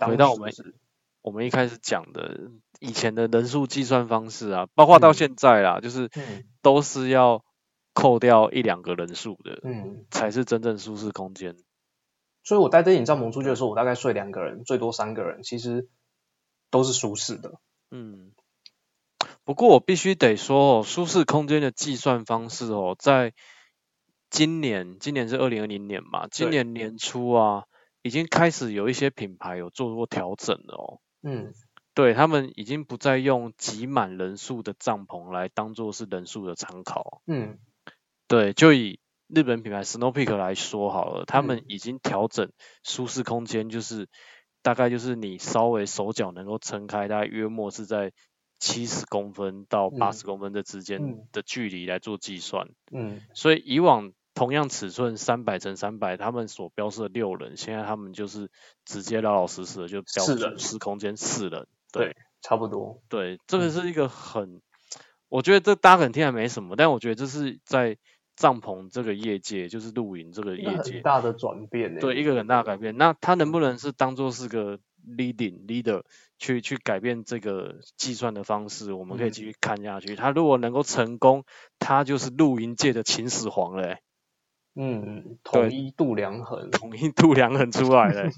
Speaker 2: 当
Speaker 1: 回到我
Speaker 2: 时
Speaker 1: 们
Speaker 2: 是
Speaker 1: 我们一开始讲的以前的人数计算方式啊，包括到
Speaker 2: 嗯
Speaker 1: 现在啦，就是
Speaker 2: 嗯
Speaker 1: 都是要扣掉一两个人数的，
Speaker 2: 嗯，
Speaker 1: 才是真正舒适空间。
Speaker 2: 所以我带这顶帐篷出去的时候，我大概睡两个人，最多三个人，其实都是舒适的。
Speaker 1: 嗯，不过我必须得说哦，舒适空间的计算方式哦，在今年，今年是二零二零年嘛，今
Speaker 2: 对
Speaker 1: 年年初啊，已经开始有一些品牌有做过调整了哦。
Speaker 2: 嗯，
Speaker 1: 对他们已经不再用挤满人数的帐篷来当做是人数的参考。哦
Speaker 2: 嗯，
Speaker 1: 对，就以日本品牌 Snow Peak 来说好了，他们
Speaker 2: 嗯
Speaker 1: 已经调整舒适空间，就是大概就是你稍微手脚能够撑开，大概约莫是在七十公分到八十公分这之间
Speaker 2: 嗯
Speaker 1: 的距离来做计算。
Speaker 2: 嗯，
Speaker 1: 所以以往同样尺寸三百乘三百，他们所标示的六人，现在他们就是直接老老实实的就标
Speaker 2: 四
Speaker 1: 注
Speaker 2: 人
Speaker 1: 舒适空间四人。
Speaker 2: 差不多。
Speaker 1: 对，这个
Speaker 2: 嗯
Speaker 1: 是一个很，我觉得这大家可能听还没什么，但我觉得这是在帐篷这个业界，就是露营这个
Speaker 2: 一个
Speaker 1: 业
Speaker 2: 很
Speaker 1: 界，
Speaker 2: 大的啊转变呢、欸
Speaker 1: 对一个很大的改变。那它能不能是当做是个 leading leader 去去改变这个计算的方式？我们可以
Speaker 2: 嗯
Speaker 1: 继续看下去。它如果能够成功，它就是露营界的秦始皇了欸、
Speaker 2: 嗯，统一度量衡，
Speaker 1: 统一度量衡出来了
Speaker 2: *laughs*
Speaker 1: 欸、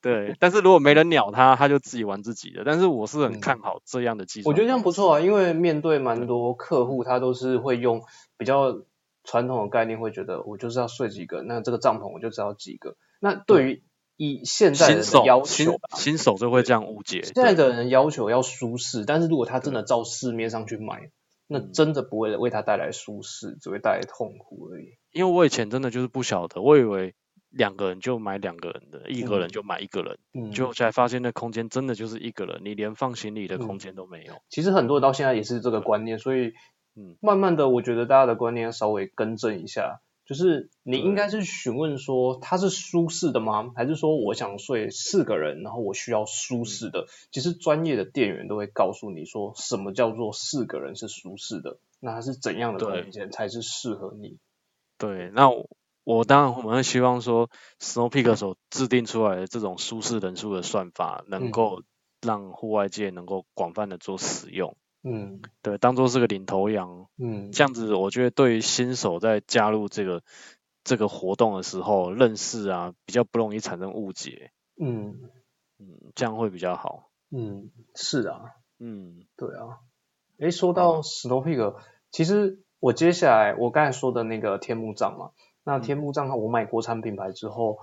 Speaker 1: 对，但是如果没人鸟他，他就自己玩自己的。但是我是很
Speaker 2: 嗯
Speaker 1: 看好这样的计算。
Speaker 2: 我觉得这样不错啊，因为面对蛮多客户，他都是会用比较传统的概念，会觉得我就是要睡几个，那这个帐篷我就只要几个。那对于以现在
Speaker 1: 新
Speaker 2: 人的
Speaker 1: 手
Speaker 2: 要
Speaker 1: 新
Speaker 2: 求啊，
Speaker 1: 新手就会这样误解。
Speaker 2: 现在
Speaker 1: 对
Speaker 2: 的人要求要舒适，但是如果他真的照市面上去买，那
Speaker 1: 嗯
Speaker 2: 真的不会为他带来舒适，只会带来痛苦而已。
Speaker 1: 因为我以前真的就是不晓得，我以为两个人就买两个人的，一个人
Speaker 2: 嗯
Speaker 1: 就买一个人，
Speaker 2: 嗯，
Speaker 1: 结果才发现那空间真的就是一个人，你连放行李的空
Speaker 2: 嗯
Speaker 1: 间都没有。
Speaker 2: 其实很多人到现在也是这个观念，所以
Speaker 1: 嗯
Speaker 2: 慢慢的，我觉得大家的观念要稍微更正一下，就是你
Speaker 1: 对
Speaker 2: 应该是询问说它是舒适的吗？还是说我想睡四个人，然后我需要舒
Speaker 1: 嗯
Speaker 2: 适的？其实专业的店员都会告诉你说什么叫做四个人是舒适的，那它是怎样的
Speaker 1: 对
Speaker 2: 空间才是适合你？
Speaker 1: 对，那我我当然我们会希望说，Snow Peak 所制定出来的这种舒适人数的算法，能
Speaker 2: 嗯
Speaker 1: 够让户外界能够广泛的做使用，
Speaker 2: 嗯
Speaker 1: 对，当做是个领头羊，
Speaker 2: 嗯，
Speaker 1: 这样子，我觉得对于新手在加入这个这个活动的时候，认识啊比较不容易产生误解，
Speaker 2: 嗯
Speaker 1: 嗯，这样会比较好。
Speaker 2: 嗯，是啊，
Speaker 1: 嗯，
Speaker 2: 对啊，诶，说到 Snow Peak，其实我接下来我刚才说的那个天幕帐嘛，那天幕帐我买国产品牌之后，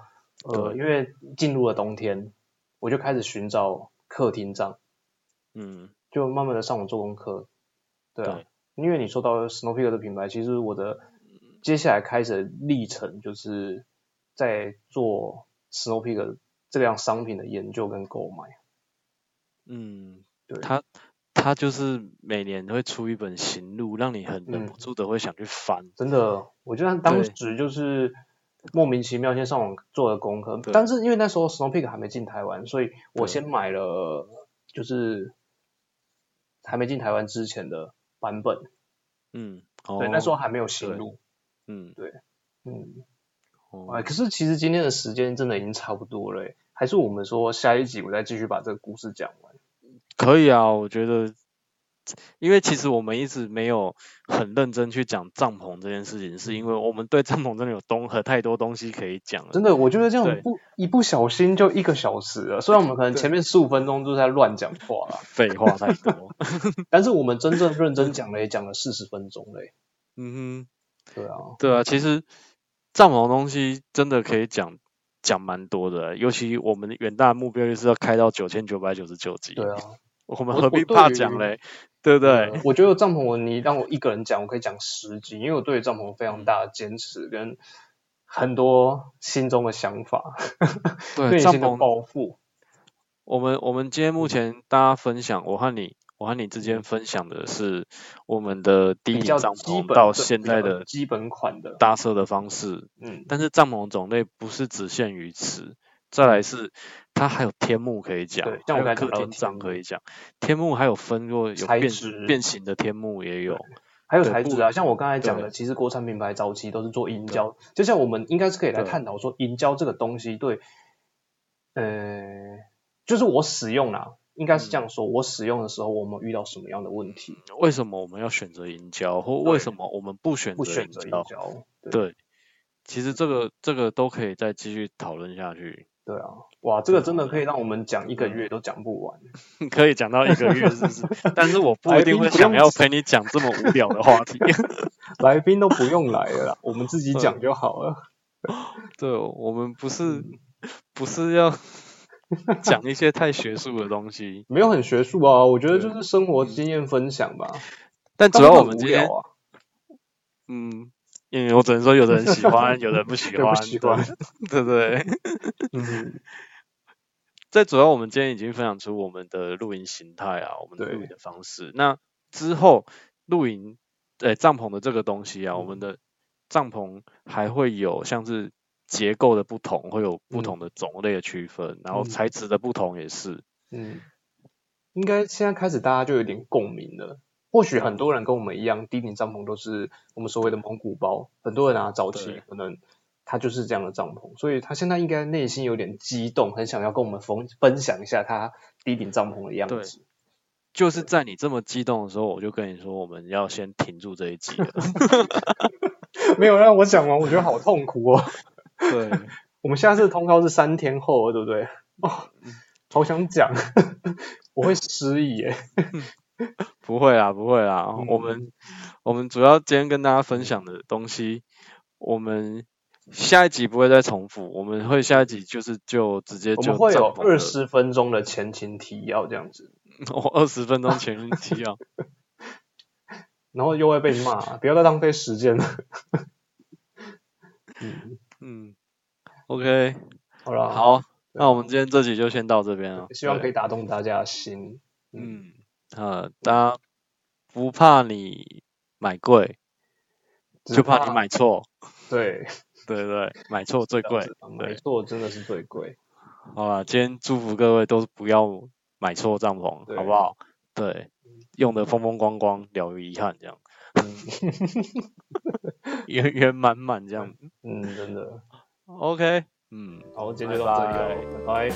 Speaker 2: 呃，
Speaker 1: 嗯对
Speaker 2: 因为进入了冬天，我就开始寻找客厅帐，
Speaker 1: 嗯，
Speaker 2: 就慢慢的上网做功课。对啊
Speaker 1: 对，
Speaker 2: 因为你说到 Snowpeak 的品牌，其实我的
Speaker 1: 嗯
Speaker 2: 接下来开始的历程就是在做 Snowpeak 这样商品的研究跟购买。
Speaker 1: 嗯，
Speaker 2: 对
Speaker 1: 他他就是每年都会出一本行路，让你很忍
Speaker 2: 嗯
Speaker 1: 不住的会想去翻。
Speaker 2: 真的，我觉得当
Speaker 1: 对
Speaker 2: 时就是莫名其妙先上网做了功课，
Speaker 1: 对
Speaker 2: 但是因为那时候 Snowpeak 还没进台湾，所以我
Speaker 1: 对
Speaker 2: 先买了就是还没进台湾之前的版本，
Speaker 1: 嗯，哦，
Speaker 2: 对，那时候还没有行路，
Speaker 1: 嗯，
Speaker 2: 嗯，哎，
Speaker 1: 哦，
Speaker 2: 可是其实今天的时间真的已经差不多了耶，欸还是我们说下一集我再继续把这个故事讲完，
Speaker 1: 可以啊，我觉得，因为其实我们一直没有很认真去讲帐篷这件事情，是因为我们对帐篷真的有东和太多东西可以讲了。
Speaker 2: 嗯真的，我觉得这
Speaker 1: 对
Speaker 2: 样不一不小心就一个小时了，虽然我们可能
Speaker 1: 对
Speaker 2: 前面十五分钟都在乱讲话
Speaker 1: *laughs*
Speaker 2: 啦，
Speaker 1: 废话太多。 *laughs*
Speaker 2: 但是我们真正认真讲了也讲了欸四十分钟嘞，
Speaker 1: 嗯
Speaker 2: 对啊。
Speaker 1: 哼，对啊，其实帐篷的东西真的可以讲讲蛮多的，欸尤其我们远大的目标就是要开到九千九百九十九集。 *laughs*
Speaker 2: 对啊，
Speaker 1: 我们
Speaker 2: 我
Speaker 1: 何
Speaker 2: 我
Speaker 1: 必
Speaker 2: 对
Speaker 1: 怕
Speaker 2: 于
Speaker 1: 讲嘞？对不对？
Speaker 2: 呃我觉得帐篷文你让我一个人讲，我可以讲十集，因为我对帐篷有非常大的坚持跟很多心中的想法，内
Speaker 1: 帐
Speaker 2: 心的
Speaker 1: 篷，
Speaker 2: 抱负。
Speaker 1: 我们我们今天目前大家分享，我和你，我和你之间分享的是我们的低
Speaker 2: 比
Speaker 1: 顶
Speaker 2: 较
Speaker 1: 帐
Speaker 2: 基本
Speaker 1: 篷
Speaker 2: 的
Speaker 1: 到
Speaker 2: 比较
Speaker 1: 现在的
Speaker 2: 基本款的
Speaker 1: 搭设的方式，
Speaker 2: 嗯，
Speaker 1: 但是帐篷种类不是只限于此，再来是它还有天幕可以讲
Speaker 2: 嗯对，
Speaker 1: 还
Speaker 2: 像我
Speaker 1: 有
Speaker 2: 刚才
Speaker 1: 客
Speaker 2: 讲到
Speaker 1: 厅
Speaker 2: 天
Speaker 1: 帐
Speaker 2: 幕
Speaker 1: 可以讲，天幕还有分过有
Speaker 2: 材
Speaker 1: 变
Speaker 2: 质
Speaker 1: 变形的天幕也有，
Speaker 2: 还有
Speaker 1: 对
Speaker 2: 材质
Speaker 1: 不
Speaker 2: 啊，像我刚才讲的，
Speaker 1: 对
Speaker 2: 其实国产品牌早期都是做银胶，就像我们应该是可以来
Speaker 1: 对
Speaker 2: 探讨说银胶这个东西对，呃，就是我使用啦，应该是
Speaker 1: 嗯
Speaker 2: 这样说，我使用的时候我们遇到什么样的问题，
Speaker 1: 为什么我们要选择银胶，或
Speaker 2: 对
Speaker 1: 为什么我们不选
Speaker 2: 不
Speaker 1: 择
Speaker 2: 选
Speaker 1: 银
Speaker 2: 择银
Speaker 1: 胶？
Speaker 2: 胶，对
Speaker 1: 对，其实这个这个都可以再继续讨论下去， *laughs*
Speaker 2: 对啊，哇，这个
Speaker 1: 对啊
Speaker 2: 真的可以让我们讲一个月都讲不完。
Speaker 1: 可以讲到一个月是不是？但是我不
Speaker 2: 来
Speaker 1: 一定
Speaker 2: 宾
Speaker 1: 会
Speaker 2: 哎不
Speaker 1: 想
Speaker 2: 用
Speaker 1: 要
Speaker 2: 急
Speaker 1: 陪你讲这么无聊的话
Speaker 2: *laughs*
Speaker 1: 题。
Speaker 2: *laughs* 来宾都不用来 *laughs* 了啦，我们自己讲就好了。
Speaker 1: 对，我们不是
Speaker 2: 嗯
Speaker 1: 不是要讲一些太学术的东西，
Speaker 2: 没有很学术啊，我觉得就是生活经验分享吧。
Speaker 1: 但主
Speaker 2: 但
Speaker 1: 要
Speaker 2: 是
Speaker 1: 我
Speaker 2: 很
Speaker 1: 们
Speaker 2: 无
Speaker 1: 今
Speaker 2: 聊
Speaker 1: 天
Speaker 2: 啊，
Speaker 1: 嗯，因为我只能说有的人喜欢，有的人不喜
Speaker 2: 对不
Speaker 1: 欢，
Speaker 2: 喜
Speaker 1: 对
Speaker 2: 欢
Speaker 1: *laughs* 对对对。
Speaker 2: 嗯，
Speaker 1: 最主要，我们今天已经分享出我们的露营形态啊，我们的露
Speaker 2: 对
Speaker 1: 营的方式。那之后露营，呃，帐篷的这个东西啊，
Speaker 2: 嗯
Speaker 1: 我们的帐篷还会有像是结构的不同，会有不
Speaker 2: 嗯
Speaker 1: 同的种类的区分，然后
Speaker 2: 嗯
Speaker 1: 材质的不同也是。
Speaker 2: 嗯，应该现在开始大家就有点共鸣了。或许很多人跟我们一样，低顶帐篷都是我们所谓的蒙古包，很多人啊早期
Speaker 1: 对
Speaker 2: 可能他就是这样的帐篷，所以他现在应该内心有点激动，很想要跟我们分分享一下他低顶帐篷的样
Speaker 1: 对
Speaker 2: 子。
Speaker 1: 就是在你这么激动的时候，我就跟你说，我们要先停住这一集了。 *laughs*
Speaker 2: *laughs* 没有让我讲完，我觉得好痛苦哦。
Speaker 1: 对，
Speaker 2: 我们下次通告是三天后了，对不对？哦，好想讲， *laughs* 我会失忆耶。
Speaker 1: 不会啦，不会啦，我
Speaker 2: 嗯
Speaker 1: 们我们主要今天跟大家分享的东西，我们下一集不会再重复，我们会下一集就是就直接 *laughs*
Speaker 2: 我
Speaker 1: 就
Speaker 2: 们会有
Speaker 1: 帐篷的
Speaker 2: 二，十分钟的前情提要这样子，
Speaker 1: 我二十分钟前提
Speaker 2: *laughs*
Speaker 1: 啊，
Speaker 2: 然后又会被
Speaker 1: *laughs*
Speaker 2: 骂，不要再浪费时间了。嗯，
Speaker 1: 嗯，OK，
Speaker 2: 好啦，，
Speaker 1: 好，那我们今天这集就先到这边了，啊
Speaker 2: 希望可以
Speaker 1: 对，
Speaker 2: 打动大家的心。
Speaker 1: 嗯，呃，大家不怕你买贵，
Speaker 2: 只
Speaker 1: 就怕你买错，
Speaker 2: 对，
Speaker 1: 对对，买错最贵，
Speaker 2: 知道买
Speaker 1: 对，
Speaker 2: 错真的是最贵。
Speaker 1: 好啦，今天祝福各位都不要买错帐篷，
Speaker 2: 对
Speaker 1: 好不好？对，用的风风光光，了无遗憾，这样圆圆满满这样。
Speaker 2: 嗯，真的。
Speaker 1: OK，嗯，
Speaker 2: 好，今天就到这里了，拜拜。